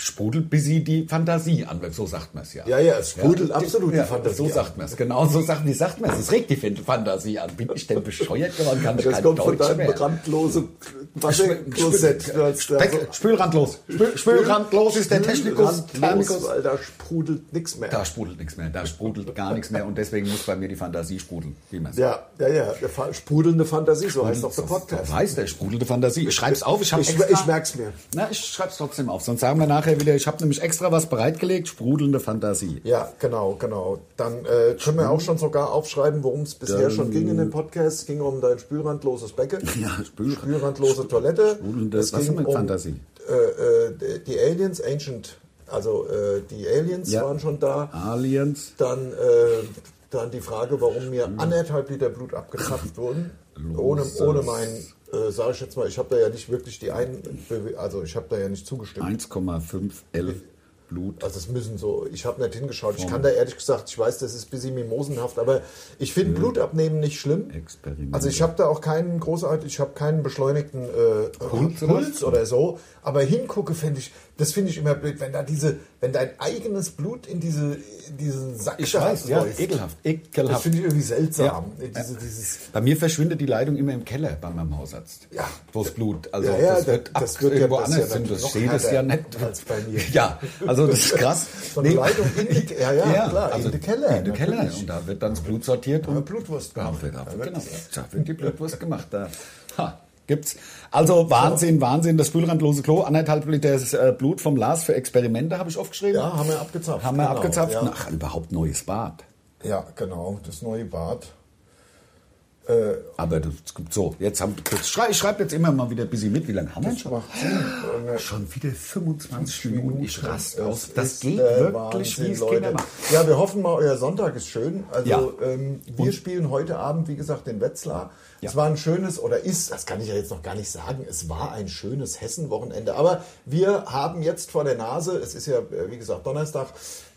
[SPEAKER 2] sprudelt bis sie die Fantasie an, so sagt man es ja.
[SPEAKER 1] Ja, ja, es sprudelt absolut die
[SPEAKER 2] ja,
[SPEAKER 1] Fantasie
[SPEAKER 2] So
[SPEAKER 1] an.
[SPEAKER 2] sagt man es, genau so sagt, wie sagt man es, es regt die Fan- Fantasie an. Bin ich denn bescheuert geworden, kann ich
[SPEAKER 1] das
[SPEAKER 2] kein
[SPEAKER 1] kommt
[SPEAKER 2] Deutsch
[SPEAKER 1] von deinem
[SPEAKER 2] mehr.
[SPEAKER 1] brandlosen Waschklosett. Du hast da so-
[SPEAKER 2] Spül, Spülrandlos. Spül, Spülrandlos ist der Technikus.
[SPEAKER 1] Randlos,
[SPEAKER 2] Thermikus.
[SPEAKER 1] weil da sprudelt nichts mehr.
[SPEAKER 2] Da sprudelt nichts mehr, da sprudelt gar nichts mehr und deswegen muss bei mir die Fantasie sprudeln, wie man sagt.
[SPEAKER 1] Ja, ja, ja. der Fa- Sprudelnde Fantasie, so heißt auch der
[SPEAKER 2] Das
[SPEAKER 1] Podcast.
[SPEAKER 2] heißt, der sprudelte Fantasie. Ich schreib's auf, ich habe
[SPEAKER 1] Ich- ich merk's mir.
[SPEAKER 2] Na, ich schreib's trotzdem auf, sonst sagen wir nachher wieder, ich habe nämlich extra was bereitgelegt, sprudelnde Fantasie.
[SPEAKER 1] Ja, genau, genau. Dann äh, können
[SPEAKER 2] Mhm.
[SPEAKER 1] wir auch schon sogar aufschreiben, worum es bisher schon ging in dem Podcast. Es ging um dein spülrandloses Becken,
[SPEAKER 2] [LAUGHS] Ja, Spül-
[SPEAKER 1] spülrandlose Toilette.
[SPEAKER 2] Sprudelnde-
[SPEAKER 1] es
[SPEAKER 2] was
[SPEAKER 1] ging
[SPEAKER 2] mit
[SPEAKER 1] um,
[SPEAKER 2] Fantasie?
[SPEAKER 1] Äh, äh, die Aliens, Ancient, also äh, die Aliens
[SPEAKER 2] Ja.
[SPEAKER 1] waren schon da.
[SPEAKER 2] Aliens.
[SPEAKER 1] Dann, äh, dann die Frage, warum mir anderthalb Liter Blut abgezapft wurden. Ohne, ohne mein, äh, sage ich jetzt mal, ich habe da ja nicht wirklich die ein, also ich habe da ja nicht zugestimmt.
[SPEAKER 2] 1,5L Blut.
[SPEAKER 1] Also es müssen so, ich habe nicht hingeschaut. Ich kann da ehrlich gesagt, ich weiß, das ist ein bisschen mimosenhaft, aber ich finde Blut abnehmen nicht schlimm.
[SPEAKER 2] Experiment.
[SPEAKER 1] Also ich habe da auch keinen großartig, ich habe keinen beschleunigten äh, Puls,
[SPEAKER 2] Puls oder
[SPEAKER 1] Puls oder so. Aber hingucke, finde ich, das finde ich immer blöd, wenn da diese, wenn dein eigenes Blut in diese, in diesen Sack
[SPEAKER 2] Ich
[SPEAKER 1] da
[SPEAKER 2] weiß, ja,
[SPEAKER 1] läuft.
[SPEAKER 2] ekelhaft,
[SPEAKER 1] Das
[SPEAKER 2] ekelhaft.
[SPEAKER 1] finde ich irgendwie seltsam. Diese, dieses,
[SPEAKER 2] Bei mir verschwindet die Leitung immer im Keller bei meinem Hausarzt.
[SPEAKER 1] Ja.
[SPEAKER 2] Wo das Blut, also
[SPEAKER 1] Ja, ja,
[SPEAKER 2] das wird
[SPEAKER 1] das
[SPEAKER 2] ab-
[SPEAKER 1] wird ja-
[SPEAKER 2] irgendwo
[SPEAKER 1] das ist ja
[SPEAKER 2] anders hin.
[SPEAKER 1] natürlich
[SPEAKER 2] Das
[SPEAKER 1] noch
[SPEAKER 2] sehe das
[SPEAKER 1] härter
[SPEAKER 2] ja nicht.
[SPEAKER 1] als bei mir.
[SPEAKER 2] Ja, also Also das ist krass.
[SPEAKER 1] Von Leitung in die, ja, ja, klar, in den Keller,
[SPEAKER 2] also In den Keller.
[SPEAKER 1] natürlich.
[SPEAKER 2] Und da wird dann das Blut sortiert
[SPEAKER 1] Da
[SPEAKER 2] und
[SPEAKER 1] wird Blutwurst
[SPEAKER 2] Da
[SPEAKER 1] gemacht.
[SPEAKER 2] wird, da wird,
[SPEAKER 1] Da
[SPEAKER 2] genau,
[SPEAKER 1] wird-
[SPEAKER 2] da wird die Blutwurst gemacht. Da. Ha, gibt's. Also Wahnsinn, Wahnsinn. Das spülrandlose Klo, anderthalb Liter äh, Blut vom Lars für Experimente habe ich aufgeschrieben.
[SPEAKER 1] Ja, haben wir abgezapft.
[SPEAKER 2] Haben wir
[SPEAKER 1] genau,
[SPEAKER 2] abgezapft.
[SPEAKER 1] Ja.
[SPEAKER 2] Ach, überhaupt neues Bad.
[SPEAKER 1] ja, genau, das neue Bad.
[SPEAKER 2] Aber das gibt so. Jetzt haben, jetzt schrei, ich schreibe jetzt immer mal wieder ein bisschen mit. Wie lange haben wir denn
[SPEAKER 1] Das
[SPEAKER 2] schon?
[SPEAKER 1] macht Sinn. Äh,
[SPEAKER 2] Schon wieder 25 Minuten. Ich raste
[SPEAKER 1] das
[SPEAKER 2] aus. Das
[SPEAKER 1] ist
[SPEAKER 2] geht
[SPEAKER 1] der
[SPEAKER 2] wirklich, wie
[SPEAKER 1] Wahnsinn,
[SPEAKER 2] es
[SPEAKER 1] Leute.
[SPEAKER 2] Kinder machen.
[SPEAKER 1] Ja, wir hoffen mal, euer Sonntag ist schön. Also
[SPEAKER 2] Ja.
[SPEAKER 1] ähm, wir spielen heute Abend, wie gesagt, den Wetzlar.
[SPEAKER 2] Ja.
[SPEAKER 1] Es war ein schönes, oder ist, das kann ich ja jetzt noch gar nicht sagen, es war ein schönes Hessen-Wochenende. Aber wir haben jetzt vor der Nase, es ist ja, äh, wie gesagt, Donnerstag,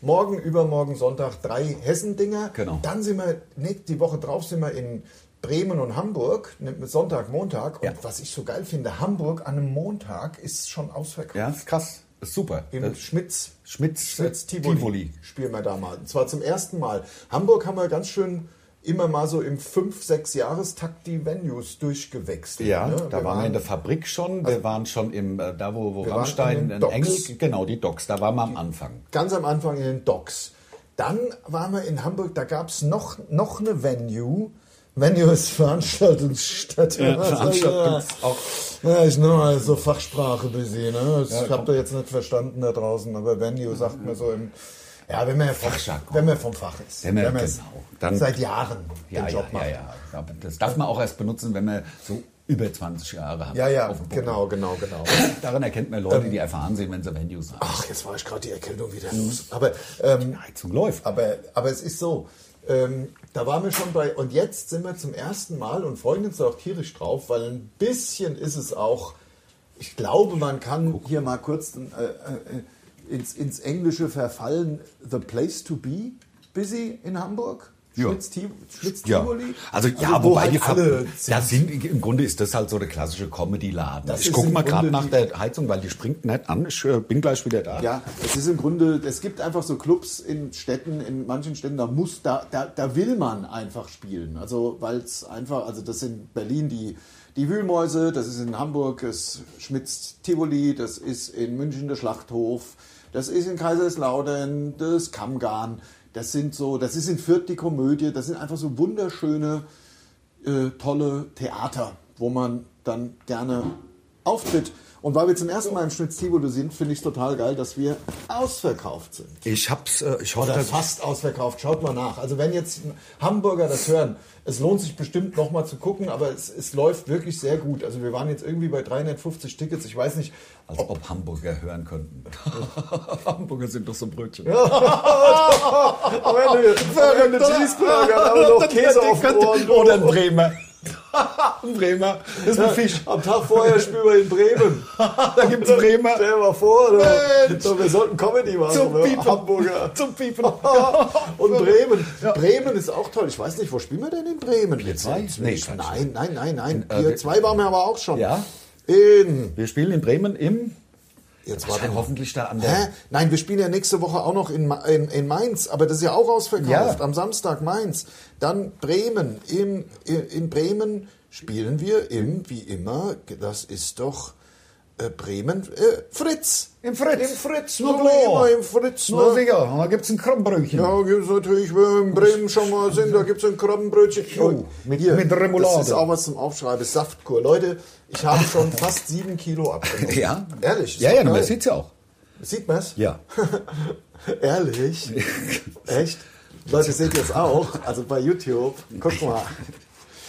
[SPEAKER 1] morgen, übermorgen, Sonntag, drei Hessen-Dinger.
[SPEAKER 2] Genau.
[SPEAKER 1] Dann sind wir, nee, die Woche drauf sind wir in Bremen und Hamburg, ne, mit Sonntag, Montag. Und
[SPEAKER 2] Ja.
[SPEAKER 1] was ich so geil finde, Hamburg an einem Montag ist schon ausverkauft.
[SPEAKER 2] Ja, ist krass. Ist super.
[SPEAKER 1] Im
[SPEAKER 2] Das-
[SPEAKER 1] Schmitz
[SPEAKER 2] Schmitz, äh,
[SPEAKER 1] Schmitz Tivoli,
[SPEAKER 2] Tivoli.
[SPEAKER 1] spielen wir da mal. Und zwar zum ersten Mal. Hamburg haben wir ganz schön immer mal so im 5-6-Jahrestakt die Venues durchgewechselt.
[SPEAKER 2] Ja,
[SPEAKER 1] ne?
[SPEAKER 2] da waren, wir in der Fabrik schon, wir waren schon im, äh, da wo, wo
[SPEAKER 1] Also waren in
[SPEAKER 2] Rammstein,
[SPEAKER 1] den
[SPEAKER 2] in
[SPEAKER 1] Docks.
[SPEAKER 2] Engel, genau, die Docks, da waren wir am Anfang.
[SPEAKER 1] ganz am Anfang in den Docks. Dann waren wir in Hamburg, da gab es noch, noch eine Venue. Venue ist Veranstaltungsstätte. Was soll
[SPEAKER 2] Veranstaltung
[SPEAKER 1] das?
[SPEAKER 2] gibt's auch.
[SPEAKER 1] Ja, ich nehme mal so Fachsprache bisschen. Ne? Ich
[SPEAKER 2] komm.
[SPEAKER 1] habe da jetzt nicht verstanden da draußen, aber Venue sagt man so im. Ja, wenn man, ja vom-
[SPEAKER 2] Fachjargon.
[SPEAKER 1] wenn man vom Fach ist.
[SPEAKER 2] Wenn man-
[SPEAKER 1] es
[SPEAKER 2] genau. Dann-
[SPEAKER 1] seit Jahren
[SPEAKER 2] Ja,
[SPEAKER 1] den
[SPEAKER 2] ja,
[SPEAKER 1] Job
[SPEAKER 2] ja,
[SPEAKER 1] macht.
[SPEAKER 2] ja. Aber Das darf man auch erst benutzen, wenn man so über 20 Jahre hat.
[SPEAKER 1] Ja, ja,
[SPEAKER 2] auf dem Buckel.
[SPEAKER 1] genau, genau, genau.
[SPEAKER 2] Daran erkennt man Leute, die erfahren sind, wenn sie Venues haben.
[SPEAKER 1] Ach, jetzt war ich gerade die Erkältung wieder los. Aber ähm,
[SPEAKER 2] Heizung läuft.
[SPEAKER 1] Aber, aber es ist so, ähm, da waren wir schon bei, und jetzt sind wir zum ersten Mal und freuen uns auch tierisch drauf, weil ein bisschen ist es auch, ich glaube, man kann hier mal kurz äh, äh, ins, ins Englische verfallen, the place to be, busy in Hamburg.
[SPEAKER 2] Ja.
[SPEAKER 1] Schmitz-Ti-
[SPEAKER 2] Ja.
[SPEAKER 1] Schmitz-Tivoli.
[SPEAKER 2] Also ja,
[SPEAKER 1] wo
[SPEAKER 2] wobei
[SPEAKER 1] halt
[SPEAKER 2] die
[SPEAKER 1] alle
[SPEAKER 2] alle da sind im Grunde ist das halt so der klassische Comedy Laden.
[SPEAKER 1] Das
[SPEAKER 2] Ich
[SPEAKER 1] ist
[SPEAKER 2] gucke
[SPEAKER 1] im
[SPEAKER 2] mal
[SPEAKER 1] Grunde
[SPEAKER 2] gerade nach
[SPEAKER 1] die-
[SPEAKER 2] der Heizung, weil die springt nicht an. Ich äh, bin gleich wieder da.
[SPEAKER 1] Ja, es ist im Grunde, es gibt einfach so Clubs in Städten, in manchen Städten, da muss, da, da, da will man einfach spielen. Also, weil es einfach, also das sind Berlin die, die Wühlmäuse, das ist in Hamburg das Schmitz Tivoli, das ist in München der Schlachthof, das ist in Kaiserslautern das Kammgarn, das sind so, das ist in Fürth die Komödie, das sind einfach so wunderschöne, äh, tolle Theater, wo man dann gerne auftritt. Und weil wir zum ersten Mal im Schmitz-Tivoli sind, finde ich es total geil, dass wir ausverkauft sind.
[SPEAKER 2] Ich hab's, äh, ich hoffe,
[SPEAKER 1] Oder
[SPEAKER 2] dass
[SPEAKER 1] fast ausverkauft. Schaut mal nach. Also wenn jetzt Hamburger das hören, es lohnt sich bestimmt nochmal zu gucken, aber es, es läuft wirklich sehr gut. Also wir waren jetzt irgendwie bei 350 Tickets. Ich weiß nicht.
[SPEAKER 2] Als ob Hamburger hören könnten. [LAUGHS] Hamburger sind doch so Brötchen.
[SPEAKER 1] Aber [LAUGHS] eine,
[SPEAKER 2] [LAUGHS]
[SPEAKER 1] Cheeseburger, aber noch Käse auf den Ohren.
[SPEAKER 2] Oder ein Bremer. [LAUGHS] ein Bremer. Das ist ein Fisch. [LAUGHS]
[SPEAKER 1] Am Tag vorher spielen wir in Bremen.
[SPEAKER 2] Da gibt's einen Bremer.
[SPEAKER 1] Stell dir mal vor, du.
[SPEAKER 2] Mensch.
[SPEAKER 1] So, wir sollten Comedy machen.
[SPEAKER 2] Zum
[SPEAKER 1] ne?
[SPEAKER 2] Piepen.
[SPEAKER 1] Hamburger.
[SPEAKER 2] [LAUGHS] Zum Piepen.
[SPEAKER 1] [LAUGHS] Und Bremen. Bremen ist auch toll. Ich weiß nicht, wo spielen wir denn in Bremen? Jetzt
[SPEAKER 2] zwei?
[SPEAKER 1] jetzt
[SPEAKER 2] Nee,
[SPEAKER 1] nicht.
[SPEAKER 2] kann ich
[SPEAKER 1] nein, nein, nein, nein.
[SPEAKER 2] äh,
[SPEAKER 1] Hier
[SPEAKER 2] wir-
[SPEAKER 1] zwei waren wir aber auch schon.
[SPEAKER 2] Ja.
[SPEAKER 1] In.
[SPEAKER 2] Wir spielen in Bremen im.
[SPEAKER 1] Jetzt war
[SPEAKER 2] Wahrscheinlich hoffentlich da an
[SPEAKER 1] Hä?
[SPEAKER 2] der.
[SPEAKER 1] Nein, wir spielen ja nächste Woche auch noch in, Ma- in, in Mainz, aber das ist ja auch ausverkauft.
[SPEAKER 2] Ja.
[SPEAKER 1] Am Samstag Mainz. Dann Bremen. Im, in, in Bremen spielen wir im, wie immer, das ist doch äh, Bremen, äh, Fritz.
[SPEAKER 2] Im Fritz.
[SPEAKER 1] Im Fritz,
[SPEAKER 2] Na
[SPEAKER 1] nur
[SPEAKER 2] klar.
[SPEAKER 1] immer im Fritz.
[SPEAKER 2] Na
[SPEAKER 1] Ne?
[SPEAKER 2] sicher, und da gibt's ein Krabbenbrötchen.
[SPEAKER 1] Ja, gibt's natürlich, wenn wir in Bremen schon mal sind, da gibt's ein Krabbenbrötchen.
[SPEAKER 2] Jo, mit- mit Remoulade.
[SPEAKER 1] Das ist auch was zum Aufschreiben, Saftkur. Leute, ich
[SPEAKER 2] [LAUGHS]
[SPEAKER 1] habe schon fast sieben Kilo abgenommen.
[SPEAKER 2] Ja?
[SPEAKER 1] Ehrlich? ist
[SPEAKER 2] Ja,
[SPEAKER 1] doch
[SPEAKER 2] ja, man
[SPEAKER 1] geil.
[SPEAKER 2] sieht's ja auch.
[SPEAKER 1] Sieht man's?
[SPEAKER 2] Ja.
[SPEAKER 1] [LAUGHS] Ehrlich?
[SPEAKER 2] [LAUGHS]
[SPEAKER 1] Echt? Leute, seht ihr es auch? Also bei YouTube. Guck mal.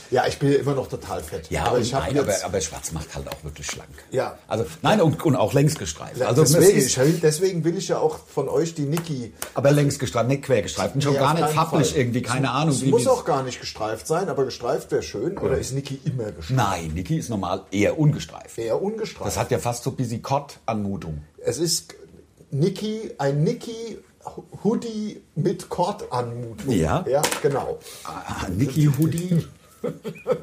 [SPEAKER 1] Ja, ich bin ja immer noch total fett.
[SPEAKER 2] Ja,
[SPEAKER 1] aber
[SPEAKER 2] und
[SPEAKER 1] ich habe
[SPEAKER 2] nein, aber,
[SPEAKER 1] jetzt...
[SPEAKER 2] aber schwarz macht halt auch wirklich schlank.
[SPEAKER 1] Ja.
[SPEAKER 2] Also, nein, und, und auch längs gestreift. Also,
[SPEAKER 1] also
[SPEAKER 2] es
[SPEAKER 1] deswegen,
[SPEAKER 2] ist-
[SPEAKER 1] ich will, deswegen will ich ja auch von euch die Niki...
[SPEAKER 2] aber längs gestreift, nicht quer gestreift. Und schon
[SPEAKER 1] Nee,
[SPEAKER 2] gar
[SPEAKER 1] auf
[SPEAKER 2] nicht
[SPEAKER 1] keinen
[SPEAKER 2] farblich
[SPEAKER 1] Fall.
[SPEAKER 2] irgendwie, keine Ahnung.
[SPEAKER 1] Es
[SPEAKER 2] wie
[SPEAKER 1] muss
[SPEAKER 2] Also die-
[SPEAKER 1] auch gar nicht gestreift sein, aber gestreift wäre schön. Oder ist Niki immer gestreift?
[SPEAKER 2] Nein, Niki ist normal eher ungestreift.
[SPEAKER 1] Eher ungestreift.
[SPEAKER 2] Das hat ja fast so Busy Cott-Anmutung.
[SPEAKER 1] es ist Niki, ein Niki... Hoodie mit Kordanmutung.
[SPEAKER 2] Ja.
[SPEAKER 1] Ja, genau.
[SPEAKER 2] Ah, Niki Hoodie. [LAUGHS]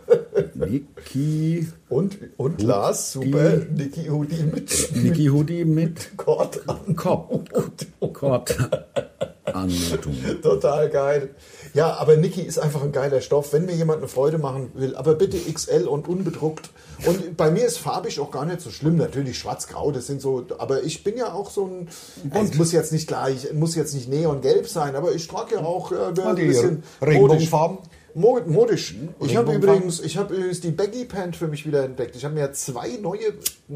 [SPEAKER 2] Niki.
[SPEAKER 1] Und, und Lars, super, Niki Hoodie mit
[SPEAKER 2] Niki Hoodie mit
[SPEAKER 1] Kordanmutung.
[SPEAKER 2] Kopf. Kopf. Anmutung.
[SPEAKER 1] [LAUGHS] Total geil. Ja, aber Niki ist einfach ein geiler Stoff, wenn mir jemand eine Freude machen will. Aber bitte XL und unbedruckt. Und bei mir ist farbig auch gar nicht so schlimm. Natürlich schwarz-grau, das sind so. Aber ich bin ja auch so ein. Es muss jetzt nicht gleich, muss jetzt nicht neongelb sein, aber ich trage ja auch äh, ein
[SPEAKER 2] die
[SPEAKER 1] bisschen
[SPEAKER 2] Regenbogenfarben?
[SPEAKER 1] Mod- Modisch. Ich habe
[SPEAKER 2] Regenbogenfarben.
[SPEAKER 1] übrigens, ich habe übrigens die Baggy Pant für mich wieder entdeckt. Ich habe mir zwei neue,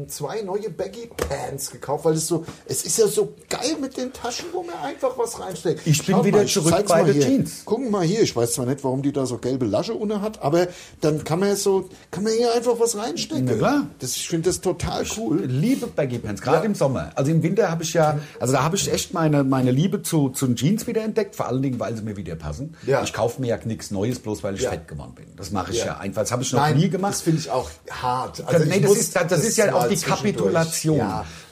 [SPEAKER 1] zwei neue Baggy Pants gekauft, weil es so, es ist ja so geil mit den Taschen, wo man einfach was reinsteckt.
[SPEAKER 2] Ich bin
[SPEAKER 1] Schaut
[SPEAKER 2] wieder
[SPEAKER 1] ich
[SPEAKER 2] zurück
[SPEAKER 1] zeig's
[SPEAKER 2] bei
[SPEAKER 1] mal
[SPEAKER 2] den
[SPEAKER 1] hier.
[SPEAKER 2] Jeans.
[SPEAKER 1] Gucken mal hier, ich weiß zwar nicht, warum die da so gelbe Lasche ohne hat, aber dann kann man so, kann man hier einfach was reinstecken.
[SPEAKER 2] Na klar.
[SPEAKER 1] Das, ich finde das total cool.
[SPEAKER 2] Liebe Baggy Pants, gerade im Sommer. Also im Winter habe ich ja, also da habe ich echt meine, meine Liebe zu, zu den Jeans wieder entdeckt, vor allen Dingen, weil sie mir wieder passen.
[SPEAKER 1] Ja.
[SPEAKER 2] Ich kaufe mir ja nichts Neues, bloß weil ich
[SPEAKER 1] Ja.
[SPEAKER 2] fett geworden bin. Das mache ich
[SPEAKER 1] Ja.
[SPEAKER 2] ja, einfach. Das habe ich noch nie gemacht.
[SPEAKER 1] das finde ich auch hart. Also
[SPEAKER 2] Das-
[SPEAKER 1] ich
[SPEAKER 2] Also nee, das
[SPEAKER 1] muss
[SPEAKER 2] ist- halt- das ist ja
[SPEAKER 1] mal
[SPEAKER 2] auch die
[SPEAKER 1] zwischendurch.
[SPEAKER 2] Kapitulation,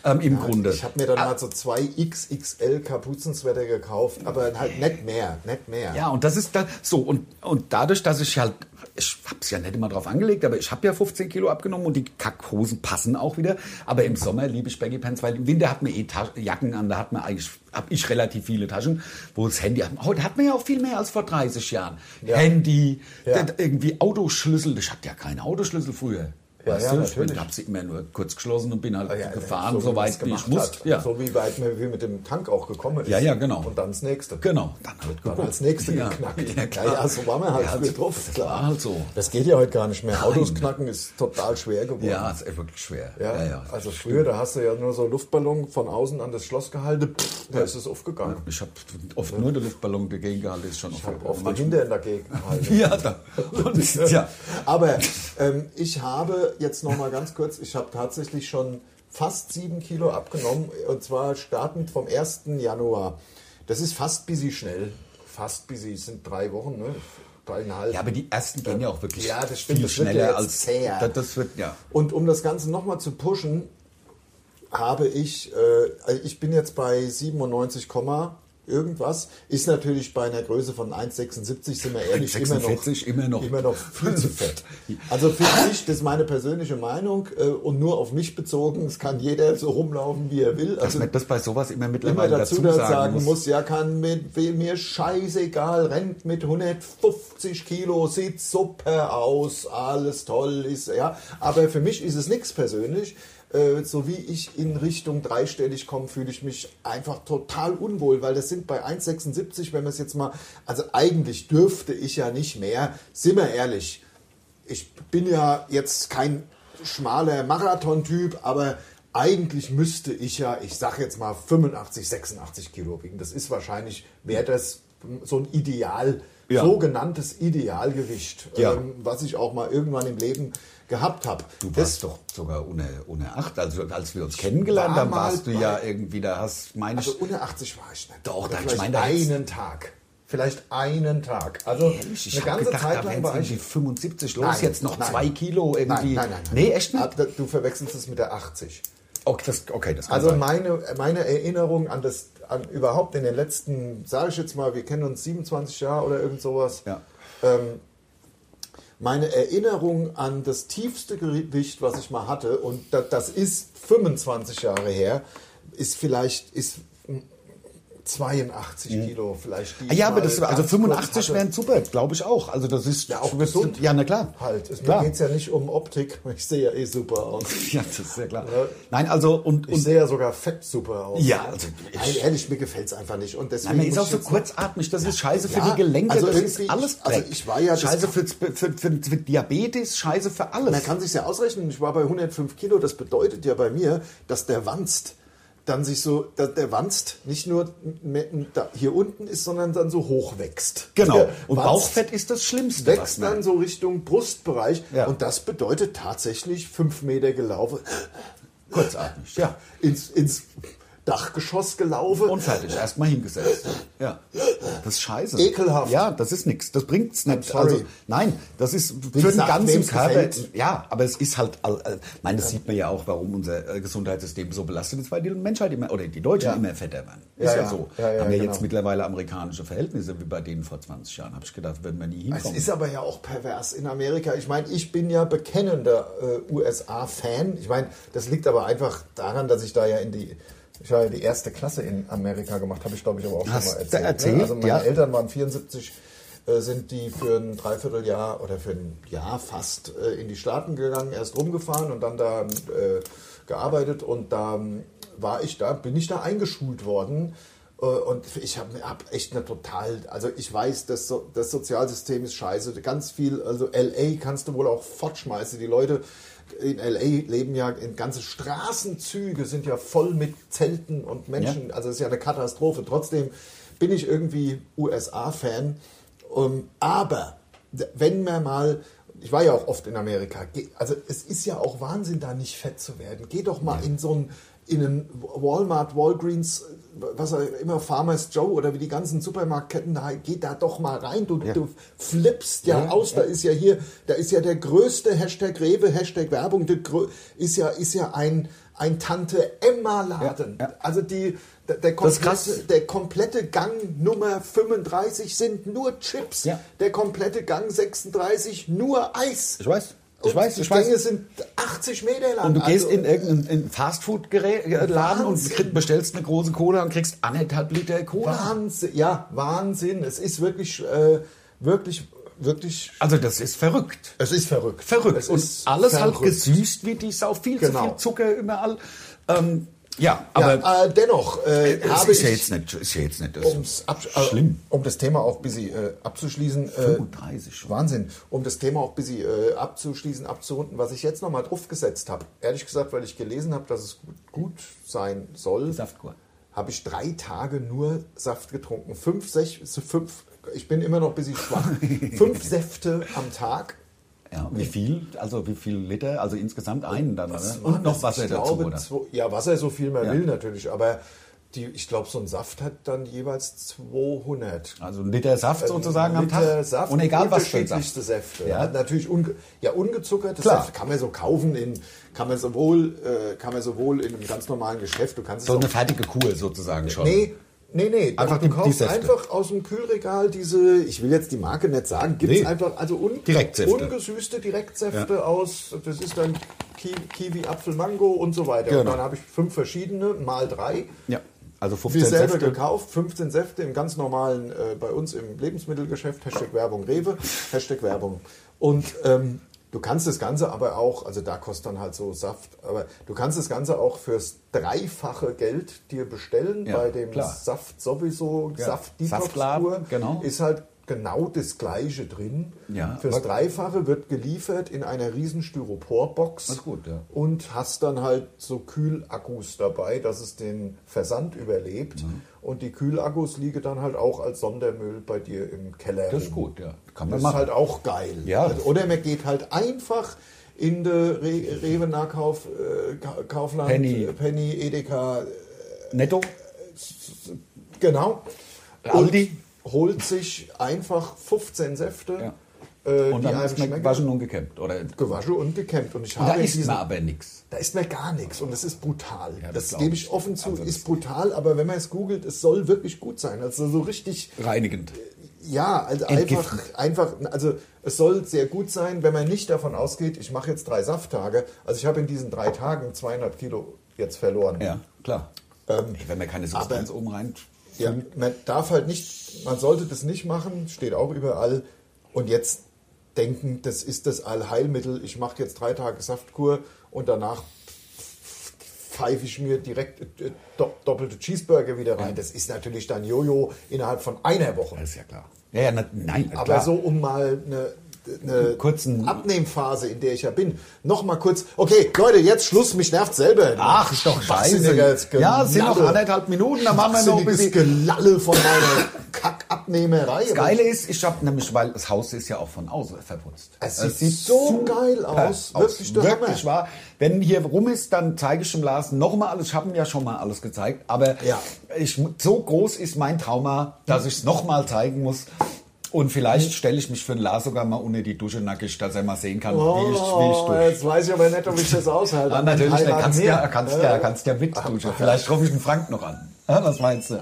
[SPEAKER 2] ähm, im Grunde. Ah.
[SPEAKER 1] Ich habe mir dann mal so zwei XXL Kapuzenswetter gekauft, aber halt nicht mehr, nicht mehr.
[SPEAKER 2] Ja, und das ist da, so und, und dadurch, dass ich halt, ich hab's ja nicht immer drauf angelegt, aber ich hab ja 15 Kilo abgenommen und die Kackhosen passen auch wieder. Aber im Sommer liebe ich Baggy Pants, weil im Winter hat man eh Tas Jacken an, da hat man eigentlich, hab ich relativ viele Taschen, wo das Handy, heute hat man ja auch viel mehr als vor 30 Jahren. Handy,
[SPEAKER 1] Ja.
[SPEAKER 2] das irgendwie Autoschlüssel, ich hatte ja keinen Autoschlüssel früher.
[SPEAKER 1] Ja,
[SPEAKER 2] weißt
[SPEAKER 1] ja,
[SPEAKER 2] du, ich bin,
[SPEAKER 1] natürlich. Oh
[SPEAKER 2] hab's immer nur kurz geschlossen und bin halt
[SPEAKER 1] Ja,
[SPEAKER 2] gefahren, so,
[SPEAKER 1] wie man's
[SPEAKER 2] weit wie ich
[SPEAKER 1] gemacht
[SPEAKER 2] musste.
[SPEAKER 1] hat.
[SPEAKER 2] Ja.
[SPEAKER 1] So wie weit man wie mit dem Tank auch gekommen ist.
[SPEAKER 2] Ja, ja, genau.
[SPEAKER 1] Und dann das nächste.
[SPEAKER 2] Genau, dann halt
[SPEAKER 1] Dann
[SPEAKER 2] geguckt.
[SPEAKER 1] als nächste
[SPEAKER 2] Ja,
[SPEAKER 1] geknackt.
[SPEAKER 2] ja, klar.
[SPEAKER 1] ja, so war man halt
[SPEAKER 2] Ja,
[SPEAKER 1] früher
[SPEAKER 2] also,
[SPEAKER 1] drauf.
[SPEAKER 2] das
[SPEAKER 1] klar.
[SPEAKER 2] war halt so.
[SPEAKER 1] Das geht ja heute gar nicht mehr. Autos knacken ist total schwer geworden.
[SPEAKER 2] Ja, ist echt wirklich schwer.
[SPEAKER 1] Ja,
[SPEAKER 2] ja, ja.
[SPEAKER 1] also früher, da hast du ja nur so Luftballon von außen an das Schloss gehalten, pff, da ist es aufgegangen.
[SPEAKER 2] Ich habe oft nur den Luftballon dagegen gehalten, ist schon
[SPEAKER 1] Ich habe oft den
[SPEAKER 2] manchmal-
[SPEAKER 1] Hintern dagegen
[SPEAKER 2] [LAUGHS]
[SPEAKER 1] gehalten.
[SPEAKER 2] Ja, da. Und, ja.
[SPEAKER 1] Aber ähm, ich habe jetzt noch mal ganz kurz, ich habe tatsächlich schon fast sieben Kilo abgenommen und zwar startend vom 1. Januar. Das ist fast busy schnell. Fast busy, es sind drei Wochen, ne? dreieinhalb.
[SPEAKER 2] ja, aber die ersten gehen ja auch wirklich
[SPEAKER 1] Ja, das stimmt,
[SPEAKER 2] viel
[SPEAKER 1] das wird ja
[SPEAKER 2] schneller
[SPEAKER 1] jetzt
[SPEAKER 2] als
[SPEAKER 1] zäh.
[SPEAKER 2] Das, das wird ja.
[SPEAKER 1] Und um das Ganze nochmal zu pushen, habe ich, äh, ich bin jetzt bei 97, Komma irgendwas. Ist natürlich bei einer Größe von 1,76, sind wir ehrlich, immer noch,
[SPEAKER 2] 46, immer noch.
[SPEAKER 1] immer noch viel [LAUGHS] zu fett. Also für mich, das ist meine persönliche Meinung äh, und nur auf mich bezogen, es kann jeder so rumlaufen, wie er will.
[SPEAKER 2] Dass
[SPEAKER 1] Also
[SPEAKER 2] man das bei sowas immer
[SPEAKER 1] immer
[SPEAKER 2] mittlerweile
[SPEAKER 1] dazu,
[SPEAKER 2] dazu
[SPEAKER 1] sagen, sagen
[SPEAKER 2] muss.
[SPEAKER 1] muss, ja, kann mit, wem mir scheißegal, rennt mit 150 Kilo, sieht super aus, alles toll ist, ja. Aber für mich ist es nichts persönlich. Äh, So wie ich in Richtung dreistellig komme, fühle ich mich einfach total unwohl, weil das sind bei 1,76, wenn man es jetzt mal, also eigentlich dürfte ich ja nicht mehr, sind wir ehrlich, ich bin ja jetzt kein schmaler Marathon-Typ, aber eigentlich müsste ich ja, ich sag jetzt mal 85, 86 Kilo wiegen. Das ist wahrscheinlich, wäre das so ein Ideal,
[SPEAKER 2] Ja.
[SPEAKER 1] sogenanntes Idealgewicht,
[SPEAKER 2] Ja.
[SPEAKER 1] ähm, was ich auch mal irgendwann im Leben gehabt habe.
[SPEAKER 2] Du warst doch sogar ohne, ohne acht. Also als wir uns kennengelernt
[SPEAKER 1] war
[SPEAKER 2] haben, warst du
[SPEAKER 1] mal
[SPEAKER 2] ja
[SPEAKER 1] bei-
[SPEAKER 2] irgendwie, da hast meine ich.
[SPEAKER 1] Also ohne 80 war ich nicht.
[SPEAKER 2] Doch,
[SPEAKER 1] Oder
[SPEAKER 2] da- ich
[SPEAKER 1] vielleicht
[SPEAKER 2] meine, da hätt's-
[SPEAKER 1] einen Tag. Vielleicht einen Tag. Also
[SPEAKER 2] Ehrlich, ich
[SPEAKER 1] eine
[SPEAKER 2] habe
[SPEAKER 1] ganze
[SPEAKER 2] gedacht,
[SPEAKER 1] Zeit
[SPEAKER 2] da
[SPEAKER 1] lang
[SPEAKER 2] wären
[SPEAKER 1] war
[SPEAKER 2] irgendwie
[SPEAKER 1] ich.
[SPEAKER 2] 75 los,
[SPEAKER 1] Nein,
[SPEAKER 2] jetzt noch
[SPEAKER 1] nein.
[SPEAKER 2] zwei Kilo irgendwie.
[SPEAKER 1] Nein, nein, nein, nein.
[SPEAKER 2] Nee, echt nicht?
[SPEAKER 1] Ah, Du verwechselst es mit der 80.
[SPEAKER 2] Okay, das, okay, das kann
[SPEAKER 1] Also
[SPEAKER 2] sein.
[SPEAKER 1] meine, meine Erinnerung an das, an überhaupt in den letzten, sage ich jetzt mal, wir kennen uns 27 Jahre oder irgend sowas.
[SPEAKER 2] Ja.
[SPEAKER 1] Ähm, meine Erinnerung an das tiefste Gewicht, was ich mal hatte, und das, das ist 25 Jahre her, ist vielleicht ist mm, 82 Kilo vielleicht. Die
[SPEAKER 2] Ah, Ja, aber
[SPEAKER 1] ich
[SPEAKER 2] das,
[SPEAKER 1] mal
[SPEAKER 2] also
[SPEAKER 1] ganz kurz
[SPEAKER 2] 85
[SPEAKER 1] hatte.
[SPEAKER 2] wären super, glaube ich auch. Also das ist
[SPEAKER 1] Ja, auch
[SPEAKER 2] das-
[SPEAKER 1] gesund.
[SPEAKER 2] Ja, na klar.
[SPEAKER 1] halt. Es, mir
[SPEAKER 2] klar.
[SPEAKER 1] geht es ja nicht um Optik. [LAUGHS] Ich sehe ja eh super aus.
[SPEAKER 2] [LAUGHS] Ja, das ist ja klar.
[SPEAKER 1] Ja.
[SPEAKER 2] Nein, also und,
[SPEAKER 1] Ich
[SPEAKER 2] und
[SPEAKER 1] sehe ja sogar fett super aus.
[SPEAKER 2] Ja, also ich-
[SPEAKER 1] Nein, ehrlich, mir gefällt es einfach nicht. Und deswegen
[SPEAKER 2] Nein, man ist
[SPEAKER 1] muss
[SPEAKER 2] auch
[SPEAKER 1] ich
[SPEAKER 2] so
[SPEAKER 1] jetzt-
[SPEAKER 2] kurzatmig, das ist scheiße für
[SPEAKER 1] Ja,
[SPEAKER 2] die Gelenke,
[SPEAKER 1] also
[SPEAKER 2] das
[SPEAKER 1] irgendwie-
[SPEAKER 2] ist alles
[SPEAKER 1] also
[SPEAKER 2] Dreck.
[SPEAKER 1] ich war ja-
[SPEAKER 2] scheiße für, für, für, für Diabetes, scheiße für alles.
[SPEAKER 1] Man kann sich ja ausrechnen, ich war bei 105 Kilo, das bedeutet ja bei mir, dass der Wanst dann sich so, dass der Wanst nicht nur me- da hier unten ist, sondern dann so hoch wächst.
[SPEAKER 2] genau.
[SPEAKER 1] Der
[SPEAKER 2] Und
[SPEAKER 1] Wanst
[SPEAKER 2] Bauchfett ist das Schlimmste. was
[SPEAKER 1] wächst
[SPEAKER 2] man-
[SPEAKER 1] dann so Richtung Brustbereich
[SPEAKER 2] Ja.
[SPEAKER 1] und das bedeutet tatsächlich fünf Meter gelaufen,
[SPEAKER 2] kurzatmig. Ja.
[SPEAKER 1] ins, ins Dachgeschoss gelaufen.
[SPEAKER 2] Und fertig, erstmal hingesetzt. Ja. Das ist scheiße.
[SPEAKER 1] Ekelhaft.
[SPEAKER 2] Ja, das ist nichts. Das bringt's nicht.
[SPEAKER 1] sorry.
[SPEAKER 2] Also, nein, das ist für
[SPEAKER 1] gesagt,
[SPEAKER 2] den ganzen
[SPEAKER 1] wem's
[SPEAKER 2] Körper.
[SPEAKER 1] gefällt.
[SPEAKER 2] Ja, aber es ist halt, all- all- ich meine, das sieht man ja auch, warum unser äh, Gesundheitssystem so belastet ist, weil die Menschheit immer, oder die Deutschen
[SPEAKER 1] Ja.
[SPEAKER 2] immer fetter werden.
[SPEAKER 1] Ja,
[SPEAKER 2] Ist ja,
[SPEAKER 1] ja.
[SPEAKER 2] so.
[SPEAKER 1] Ja, ja,
[SPEAKER 2] Haben wir
[SPEAKER 1] genau.
[SPEAKER 2] jetzt mittlerweile amerikanische Verhältnisse, wie bei denen vor 20 Jahren. Habe ich gedacht, würden wir nie
[SPEAKER 1] Es
[SPEAKER 2] hinkommen.
[SPEAKER 1] ist aber ja auch pervers in Amerika. Ich meine, ich bin ja bekennender äh, USA-Fan. Ich meine, das liegt aber einfach daran, dass ich da ja in die Ich war ja die erste Klasse in Amerika gemacht, habe ich glaube ich aber auch
[SPEAKER 2] Hast
[SPEAKER 1] schon mal
[SPEAKER 2] du
[SPEAKER 1] erzählt. ne?
[SPEAKER 2] erzählt,
[SPEAKER 1] Also meine
[SPEAKER 2] ja.
[SPEAKER 1] Eltern waren 74, äh, sind die für ein Dreivierteljahr oder für ein Jahr fast äh, in die Staaten gegangen, erst rumgefahren und dann da äh, gearbeitet und da ähm, war ich da, bin ich da eingeschult worden. äh, Und ich habe hab echt eine total, also ich weiß, das, so, das Sozialsystem ist scheiße. Ganz viel, also LA kannst du wohl auch fortschmeißen. Die Leute, in LA leben ja in ganze Straßenzüge sind ja voll mit Zelten und Menschen. Also es ist ja eine Katastrophe. Trotzdem bin ich irgendwie USA-Fan. Ähm, aber d- wenn man mal, ich war ja auch oft in Amerika, Geh- also es ist ja auch Wahnsinn, da nicht fett zu werden. Geh doch mal in so ein in einen Walmart, Walgreens, was auch immer, Farmers Joe oder wie die ganzen Supermarktketten da, geh da doch mal rein. Du, du flippst ja, aus, da ist ja hier, da ist ja der größte Hashtag Rewe, Hashtag Werbung, der grö- ist ja, ist ja ein, ein Tante Emma-Laden.
[SPEAKER 2] Ja, ja.
[SPEAKER 1] Also die, der, der,
[SPEAKER 2] Das ist
[SPEAKER 1] komplette,
[SPEAKER 2] krass.
[SPEAKER 1] der komplette Gang Nummer 35 sind nur Chips.
[SPEAKER 2] Ja.
[SPEAKER 1] Der komplette Gang 36 nur Eis.
[SPEAKER 2] Ich weiß. Ich
[SPEAKER 1] Und
[SPEAKER 2] weiß,
[SPEAKER 1] die
[SPEAKER 2] ich weiß.
[SPEAKER 1] Gänge sind 80 Meter lang.
[SPEAKER 2] Und du gehst
[SPEAKER 1] Also-
[SPEAKER 2] in irgendeinen Fastfood-Laden und
[SPEAKER 1] Wahnsinn.
[SPEAKER 2] krieg- bestellst eine große Cola und kriegst anderthalb Liter Cola.
[SPEAKER 1] Wahnsinn, ja, Wahnsinn. Es ist wirklich, äh, wirklich, wirklich.
[SPEAKER 2] Also das ist verrückt.
[SPEAKER 1] Es ist verrückt.
[SPEAKER 2] Verrückt.
[SPEAKER 1] Es
[SPEAKER 2] und
[SPEAKER 1] ist
[SPEAKER 2] alles halt
[SPEAKER 1] verrückt.
[SPEAKER 2] gesüßt wird, die Sau. Viel zu
[SPEAKER 1] Genau.
[SPEAKER 2] viel Zucker überall. Ähm, ja, aber
[SPEAKER 1] ja, äh, dennoch äh,
[SPEAKER 2] das
[SPEAKER 1] habe
[SPEAKER 2] ist
[SPEAKER 1] ich,
[SPEAKER 2] ja jetzt nicht, ist ja jetzt nicht das
[SPEAKER 1] um's absch- äh,
[SPEAKER 2] schlimm.
[SPEAKER 1] um das Thema auch busy äh, abzuschließen. Äh,
[SPEAKER 2] 35 schon.
[SPEAKER 1] Wahnsinn. Um das Thema auch busy äh, abzuschließen, abzurunden, was ich jetzt nochmal draufgesetzt habe. Ehrlich gesagt, weil ich gelesen habe, dass es gut, gut sein soll.
[SPEAKER 2] Saftkur.
[SPEAKER 1] habe ich drei Tage nur Saft getrunken. Fünf, sech, fünf, ich bin immer noch ein
[SPEAKER 2] [LAUGHS]
[SPEAKER 1] bisschen schwach. fünf Säfte am Tag.
[SPEAKER 2] Ja, wie viel? Also wie viel Liter? Also insgesamt einen dann, oder?
[SPEAKER 1] war
[SPEAKER 2] Und noch
[SPEAKER 1] das?
[SPEAKER 2] Wasser
[SPEAKER 1] Ich
[SPEAKER 2] dazu,
[SPEAKER 1] glaube,
[SPEAKER 2] oder?
[SPEAKER 1] zwo- Ja, Wasser so viel man
[SPEAKER 2] Ja.
[SPEAKER 1] will natürlich, aber die, ich glaube, so ein Saft hat dann jeweils 200.
[SPEAKER 2] Also ein Liter Saft sozusagen
[SPEAKER 1] Ein
[SPEAKER 2] am
[SPEAKER 1] Liter
[SPEAKER 2] Tag.
[SPEAKER 1] Saft,
[SPEAKER 2] und egal was für ein Saft.
[SPEAKER 1] unterschiedlichste Säfte.
[SPEAKER 2] Ja.
[SPEAKER 1] Ja. Natürlich unge ja, ungezuckerte
[SPEAKER 2] Klar.
[SPEAKER 1] Säfte kann man so kaufen in kann man sowohl äh, kann man sowohl in einem ganz normalen Geschäft, du kannst es
[SPEAKER 2] So
[SPEAKER 1] auch
[SPEAKER 2] eine fertige Kur sozusagen schon.
[SPEAKER 1] Nee, nee, nee.
[SPEAKER 2] Einfach
[SPEAKER 1] du
[SPEAKER 2] die- die
[SPEAKER 1] kaufst
[SPEAKER 2] Säfte.
[SPEAKER 1] einfach aus dem Kühlregal diese, ich will jetzt die Marke nicht sagen, gibt es
[SPEAKER 2] Nee.
[SPEAKER 1] einfach, also un
[SPEAKER 2] Direktsäfte.
[SPEAKER 1] ungesüßte Direktsäfte aus, das ist dann Ki Kiwi, Apfel, Mango und so weiter. Und
[SPEAKER 2] Genau.
[SPEAKER 1] dann habe ich fünf verschiedene, mal drei.
[SPEAKER 2] Ja, also 15
[SPEAKER 1] Wir selber
[SPEAKER 2] Säfte.
[SPEAKER 1] gekauft, 15 Säfte im ganz normalen, äh, bei uns im Lebensmittelgeschäft, Hashtag Werbung Rewe, Hashtag Werbung. Und ähm, du kannst das Ganze aber auch, also da kostet dann halt so Saft, aber du kannst das Ganze auch fürs dreifache Geld dir bestellen,
[SPEAKER 2] Ja,
[SPEAKER 1] bei dem
[SPEAKER 2] klar.
[SPEAKER 1] Saft sowieso,
[SPEAKER 2] Ja,
[SPEAKER 1] saft
[SPEAKER 2] Saftladen,
[SPEAKER 1] detox
[SPEAKER 2] genau.
[SPEAKER 1] ist halt genau das Gleiche drin.
[SPEAKER 2] Ja,
[SPEAKER 1] fürs
[SPEAKER 2] aber-
[SPEAKER 1] Dreifache wird geliefert in einer riesen Styroporbox
[SPEAKER 2] Ist gut, ja.
[SPEAKER 1] und hast dann halt so Kühlakkus dabei, dass es den Versand überlebt.
[SPEAKER 2] Mhm.
[SPEAKER 1] Und die Kühlakkus liegen dann halt auch als Sondermüll bei dir im Keller.
[SPEAKER 2] Das ist
[SPEAKER 1] rum.
[SPEAKER 2] gut, ja. Kann man
[SPEAKER 1] Das ist
[SPEAKER 2] machen.
[SPEAKER 1] halt auch geil.
[SPEAKER 2] Ja.
[SPEAKER 1] Also, oder man geht halt einfach in der Re Rewe Nahkauf, äh, Ka- Kaufland,
[SPEAKER 2] Penny.
[SPEAKER 1] Penny Edeka,
[SPEAKER 2] Netto?
[SPEAKER 1] Genau.
[SPEAKER 2] Aldi.
[SPEAKER 1] Und holt sich einfach 15 Säfte, äh,
[SPEAKER 2] Und dann ist
[SPEAKER 1] die einem
[SPEAKER 2] man
[SPEAKER 1] schmecken.
[SPEAKER 2] gewaschen und gekämmt. Oder und
[SPEAKER 1] Gewaschen und gekämmt. Und ich habe
[SPEAKER 2] da
[SPEAKER 1] in
[SPEAKER 2] isst
[SPEAKER 1] diesen-
[SPEAKER 2] man aber nichts.
[SPEAKER 1] da ist mir gar nichts und das ist brutal.
[SPEAKER 2] das
[SPEAKER 1] das
[SPEAKER 2] glaub
[SPEAKER 1] gebe
[SPEAKER 2] ich.
[SPEAKER 1] ich offen zu,
[SPEAKER 2] Also das-
[SPEAKER 1] ist brutal, aber wenn man es googelt, es soll wirklich gut sein. Also so richtig,
[SPEAKER 2] Reinigend.
[SPEAKER 1] ja, also
[SPEAKER 2] Entgiftend.
[SPEAKER 1] einfach, einfach, also es soll sehr gut sein, wenn man nicht davon ausgeht, ich mache jetzt drei Safttage. Also ich habe in diesen drei Tagen 200 Kilo jetzt verloren.
[SPEAKER 2] Ja, klar.
[SPEAKER 1] Ähm,
[SPEAKER 2] Ey, wenn man keine Substanz
[SPEAKER 1] aber-
[SPEAKER 2] oben rein.
[SPEAKER 1] Ja, man darf halt nicht, man sollte das nicht machen, steht auch überall. Und jetzt denken, das ist das Allheilmittel, ich mache jetzt drei Tage Saftkur und danach pfeife ich mir direkt äh, do, doppelte Cheeseburger wieder rein. Das ist natürlich dann Jojo innerhalb von einer Woche.
[SPEAKER 2] Mhm. Das ist ja klar. Ja, ja, na, nein,
[SPEAKER 1] Aber
[SPEAKER 2] klar.
[SPEAKER 1] so um mal eine, eine
[SPEAKER 2] Kurzen-
[SPEAKER 1] Abnehmphase, in der ich ja bin, noch mal kurz. Okay, Leute, jetzt Schluss, mich nervt selber.
[SPEAKER 2] Ach, ist doch scheiße. Ja, es sind noch anderthalb Minuten, dann machen wir noch ein
[SPEAKER 1] Schwachsinniges
[SPEAKER 2] bisschen.
[SPEAKER 1] Gelalle von meiner [LAUGHS] Kackabnehmerei.
[SPEAKER 2] Das Geile ist, ich habe nämlich, weil das Haus ist ja auch von außen verputzt.
[SPEAKER 1] Es sieht so geil aus. Wirklich der
[SPEAKER 2] wirklich
[SPEAKER 1] Hammer.
[SPEAKER 2] wahr. Wenn hier rum ist, dann zeige ich dem Lars nochmal alles. Ich habe ihm ja schon mal alles gezeigt, aber
[SPEAKER 1] Ja.
[SPEAKER 2] ich, mu- so groß ist mein Trauma, dass ich es nochmal zeigen muss. Und vielleicht stelle ich mich für den Lars sogar mal unter die Dusche nackig, dass er mal sehen kann, wie ich, wie ich
[SPEAKER 1] Oh,
[SPEAKER 2] dusche.
[SPEAKER 1] jetzt weiß ich aber nicht, ob ich das aushalte.
[SPEAKER 2] Ah, natürlich,
[SPEAKER 1] Ein
[SPEAKER 2] da
[SPEAKER 1] Heirat
[SPEAKER 2] kannst du
[SPEAKER 1] mehr.
[SPEAKER 2] ja, kannst, ja, kannst ja mit duschen. Vielleicht rufe ich den Frank noch an. Ah, Was meinst du?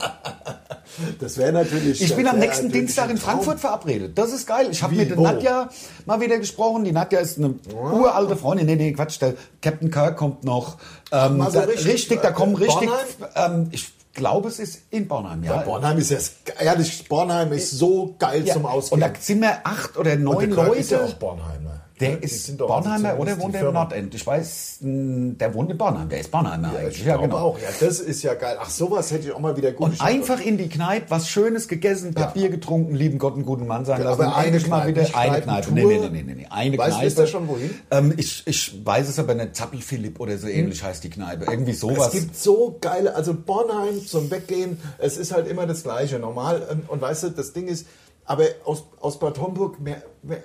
[SPEAKER 1] Das wäre natürlich.
[SPEAKER 2] Ich bin
[SPEAKER 1] das
[SPEAKER 2] am
[SPEAKER 1] wär
[SPEAKER 2] nächsten
[SPEAKER 1] natürlich
[SPEAKER 2] Dienstag
[SPEAKER 1] ein
[SPEAKER 2] in
[SPEAKER 1] Traum.
[SPEAKER 2] Frankfurt verabredet. Das ist geil. Ich habe
[SPEAKER 1] Wie,
[SPEAKER 2] mit der
[SPEAKER 1] wo?
[SPEAKER 2] Nadja mal wieder gesprochen. Die Nadja ist eine uralte Freundin. Nee, nee, Quatsch. Der Captain Kirk kommt noch. Ähm,
[SPEAKER 1] mal so
[SPEAKER 2] da,
[SPEAKER 1] richtig,
[SPEAKER 2] richtig, da
[SPEAKER 1] äh,
[SPEAKER 2] kommen richtig.
[SPEAKER 1] Bornheim?
[SPEAKER 2] Ähm, ich glaube, es ist in Bornheim, ja.
[SPEAKER 1] Ja, Bornheim ist ja, ehrlich, Bornheim ist so geil
[SPEAKER 2] ja.
[SPEAKER 1] zum
[SPEAKER 2] Und
[SPEAKER 1] Ausgehen.
[SPEAKER 2] da sind wir acht oder
[SPEAKER 1] Und
[SPEAKER 2] neun
[SPEAKER 1] der Kirk
[SPEAKER 2] Leute.
[SPEAKER 1] ist ja auch Bornheimer.
[SPEAKER 2] Der
[SPEAKER 1] Ja, die
[SPEAKER 2] ist
[SPEAKER 1] sind doch-
[SPEAKER 2] Bornheimer
[SPEAKER 1] zumindest
[SPEAKER 2] oder wohnt
[SPEAKER 1] die
[SPEAKER 2] er im
[SPEAKER 1] Firma.
[SPEAKER 2] Nordend? Ich weiß, mh, der wohnt in Bornheim. Der ist Bornheimer
[SPEAKER 1] Ja,
[SPEAKER 2] eigentlich.
[SPEAKER 1] ich glaube auch. Ja, das ist ja geil. Ach, sowas hätte ich auch mal wieder
[SPEAKER 2] genau. Und
[SPEAKER 1] gut geschafft.
[SPEAKER 2] einfach in die Kneipe, was Schönes gegessen, Papier getrunken, lieben Gott einen guten Mann sein
[SPEAKER 1] Ja,
[SPEAKER 2] lassen.
[SPEAKER 1] aber
[SPEAKER 2] und
[SPEAKER 1] eine
[SPEAKER 2] endlich mal
[SPEAKER 1] Kneipe,
[SPEAKER 2] wieder
[SPEAKER 1] nicht
[SPEAKER 2] eine Kneipe.
[SPEAKER 1] Kneipentour.
[SPEAKER 2] Nee, nee, nee, nee, nee. Eine
[SPEAKER 1] Weißt du,
[SPEAKER 2] Kneipe.
[SPEAKER 1] wisst ihr schon, wohin? Hm?
[SPEAKER 2] Ähm, ich, ich weiß es aber nicht. Zappel Philipp oder so ähnlich heißt die Kneipe. Irgendwie
[SPEAKER 1] Es
[SPEAKER 2] sowas.
[SPEAKER 1] gibt so geile, also Bornheim zum Weggehen, es ist halt immer das Gleiche, normal. ähm, Und, und weißt du, das Ding ist, aber aus, aus Bad Homburg, wir, wir,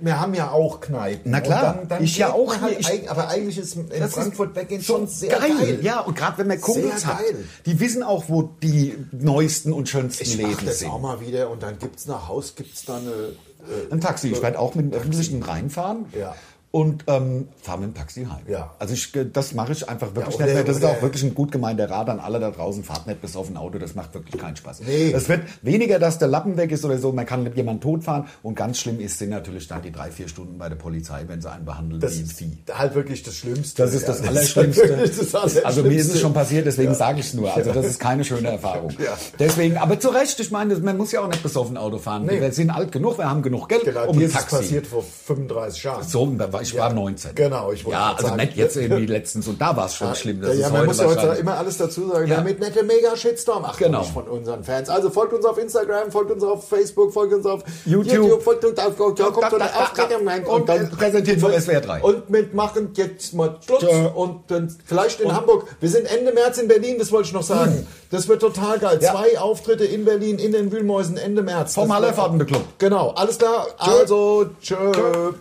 [SPEAKER 1] wir haben ja auch Kneipen.
[SPEAKER 2] Na klar,
[SPEAKER 1] Und dann, dann
[SPEAKER 2] ich ja
[SPEAKER 1] geht
[SPEAKER 2] auch
[SPEAKER 1] man Halt
[SPEAKER 2] hier, ich-
[SPEAKER 1] eig, aber eigentlich ist in
[SPEAKER 2] Das ist
[SPEAKER 1] Frankfurt Weggehen schon sehr geil.
[SPEAKER 2] Ja, und gerade wenn man Kumpels
[SPEAKER 1] Sehr
[SPEAKER 2] hat,
[SPEAKER 1] geil.
[SPEAKER 2] die wissen auch, wo die neuesten und schönsten
[SPEAKER 1] Ich mache
[SPEAKER 2] Läden
[SPEAKER 1] das
[SPEAKER 2] sind.
[SPEAKER 1] auch mal wieder und dann gibt's nach Haus, gibt's dann eine. Äh,
[SPEAKER 2] Ein Taxi. Ich werde auch mit dem öffentlichen reinfahren.
[SPEAKER 1] Ja.
[SPEAKER 2] Und ähm, fahre mit dem Taxi heim.
[SPEAKER 1] Ja.
[SPEAKER 2] Also ich, äh, das mache ich einfach wirklich
[SPEAKER 1] Ja, oder-
[SPEAKER 2] nicht mehr. Das ist
[SPEAKER 1] oder-
[SPEAKER 2] auch wirklich ein gut gemeinter Rat an alle da draußen. Fahrt nicht bis auf ein Auto, das macht wirklich keinen Spaß.
[SPEAKER 1] Nee.
[SPEAKER 2] Es wird weniger, dass der Lappen weg ist oder so. Man kann mit jemandem totfahren. Und ganz schlimm ist, sind natürlich dann die drei, vier Stunden bei der Polizei, wenn sie einen behandeln
[SPEAKER 1] das
[SPEAKER 2] wie ein
[SPEAKER 1] ist
[SPEAKER 2] Vieh.
[SPEAKER 1] halt wirklich das Schlimmste.
[SPEAKER 2] Das ist das
[SPEAKER 1] Ja,
[SPEAKER 2] Allerschlimmste.
[SPEAKER 1] halt wirklich das Allerschlimmste.
[SPEAKER 2] Also mir ist es schon passiert, deswegen sage ich es nur. Also das ist keine
[SPEAKER 1] [LAUGHS]
[SPEAKER 2] schöne Erfahrung.
[SPEAKER 1] Ja.
[SPEAKER 2] Deswegen, aber zu Recht, ich meine, man muss ja auch nicht besoffen Auto fahren.
[SPEAKER 1] Nee.
[SPEAKER 2] Wir sind alt genug, wir haben genug Geld,
[SPEAKER 1] Genau,
[SPEAKER 2] um
[SPEAKER 1] mir
[SPEAKER 2] ein
[SPEAKER 1] ist es
[SPEAKER 2] Taxi.
[SPEAKER 1] passiert vor 35 Jahren.
[SPEAKER 2] So, da war- ich war 19.
[SPEAKER 1] genau, ich wollte
[SPEAKER 2] Ja,
[SPEAKER 1] gerade
[SPEAKER 2] also
[SPEAKER 1] sagen.
[SPEAKER 2] nicht jetzt irgendwie letztens und da war es schon schlimm. Das
[SPEAKER 1] ja,
[SPEAKER 2] ist
[SPEAKER 1] man
[SPEAKER 2] heute
[SPEAKER 1] muss ja heute
[SPEAKER 2] wahrscheinlich-
[SPEAKER 1] immer alles dazu sagen,
[SPEAKER 2] Ja.
[SPEAKER 1] damit nette mega Shitstorm. Ach,
[SPEAKER 2] Genau.
[SPEAKER 1] genau. von unseren Fans. Also folgt uns auf Instagram, folgt uns auf Facebook, folgt uns auf
[SPEAKER 2] YouTube.
[SPEAKER 1] folgt uns auf GoTo,
[SPEAKER 2] Da,
[SPEAKER 1] kommt
[SPEAKER 2] da,
[SPEAKER 1] so
[SPEAKER 2] da,
[SPEAKER 1] eine Aufklärung
[SPEAKER 2] da.
[SPEAKER 1] rein.
[SPEAKER 2] Und äh, präsentiert von SWR 3.
[SPEAKER 1] Und mitmachen jetzt mal Schluss
[SPEAKER 2] Tja.
[SPEAKER 1] und dann vielleicht in Hamburg. Wir sind Ende März in Berlin, das wollte ich noch sagen. Das wird total geil.
[SPEAKER 2] Hm. Ja.
[SPEAKER 1] Zwei Auftritte in Berlin in den Wühlmäusen Ende März.
[SPEAKER 2] Vom
[SPEAKER 1] Das wird-
[SPEAKER 2] Hallerfahrtenclub.
[SPEAKER 1] Genau, alles klar. Also, tschö.
[SPEAKER 2] Tschö.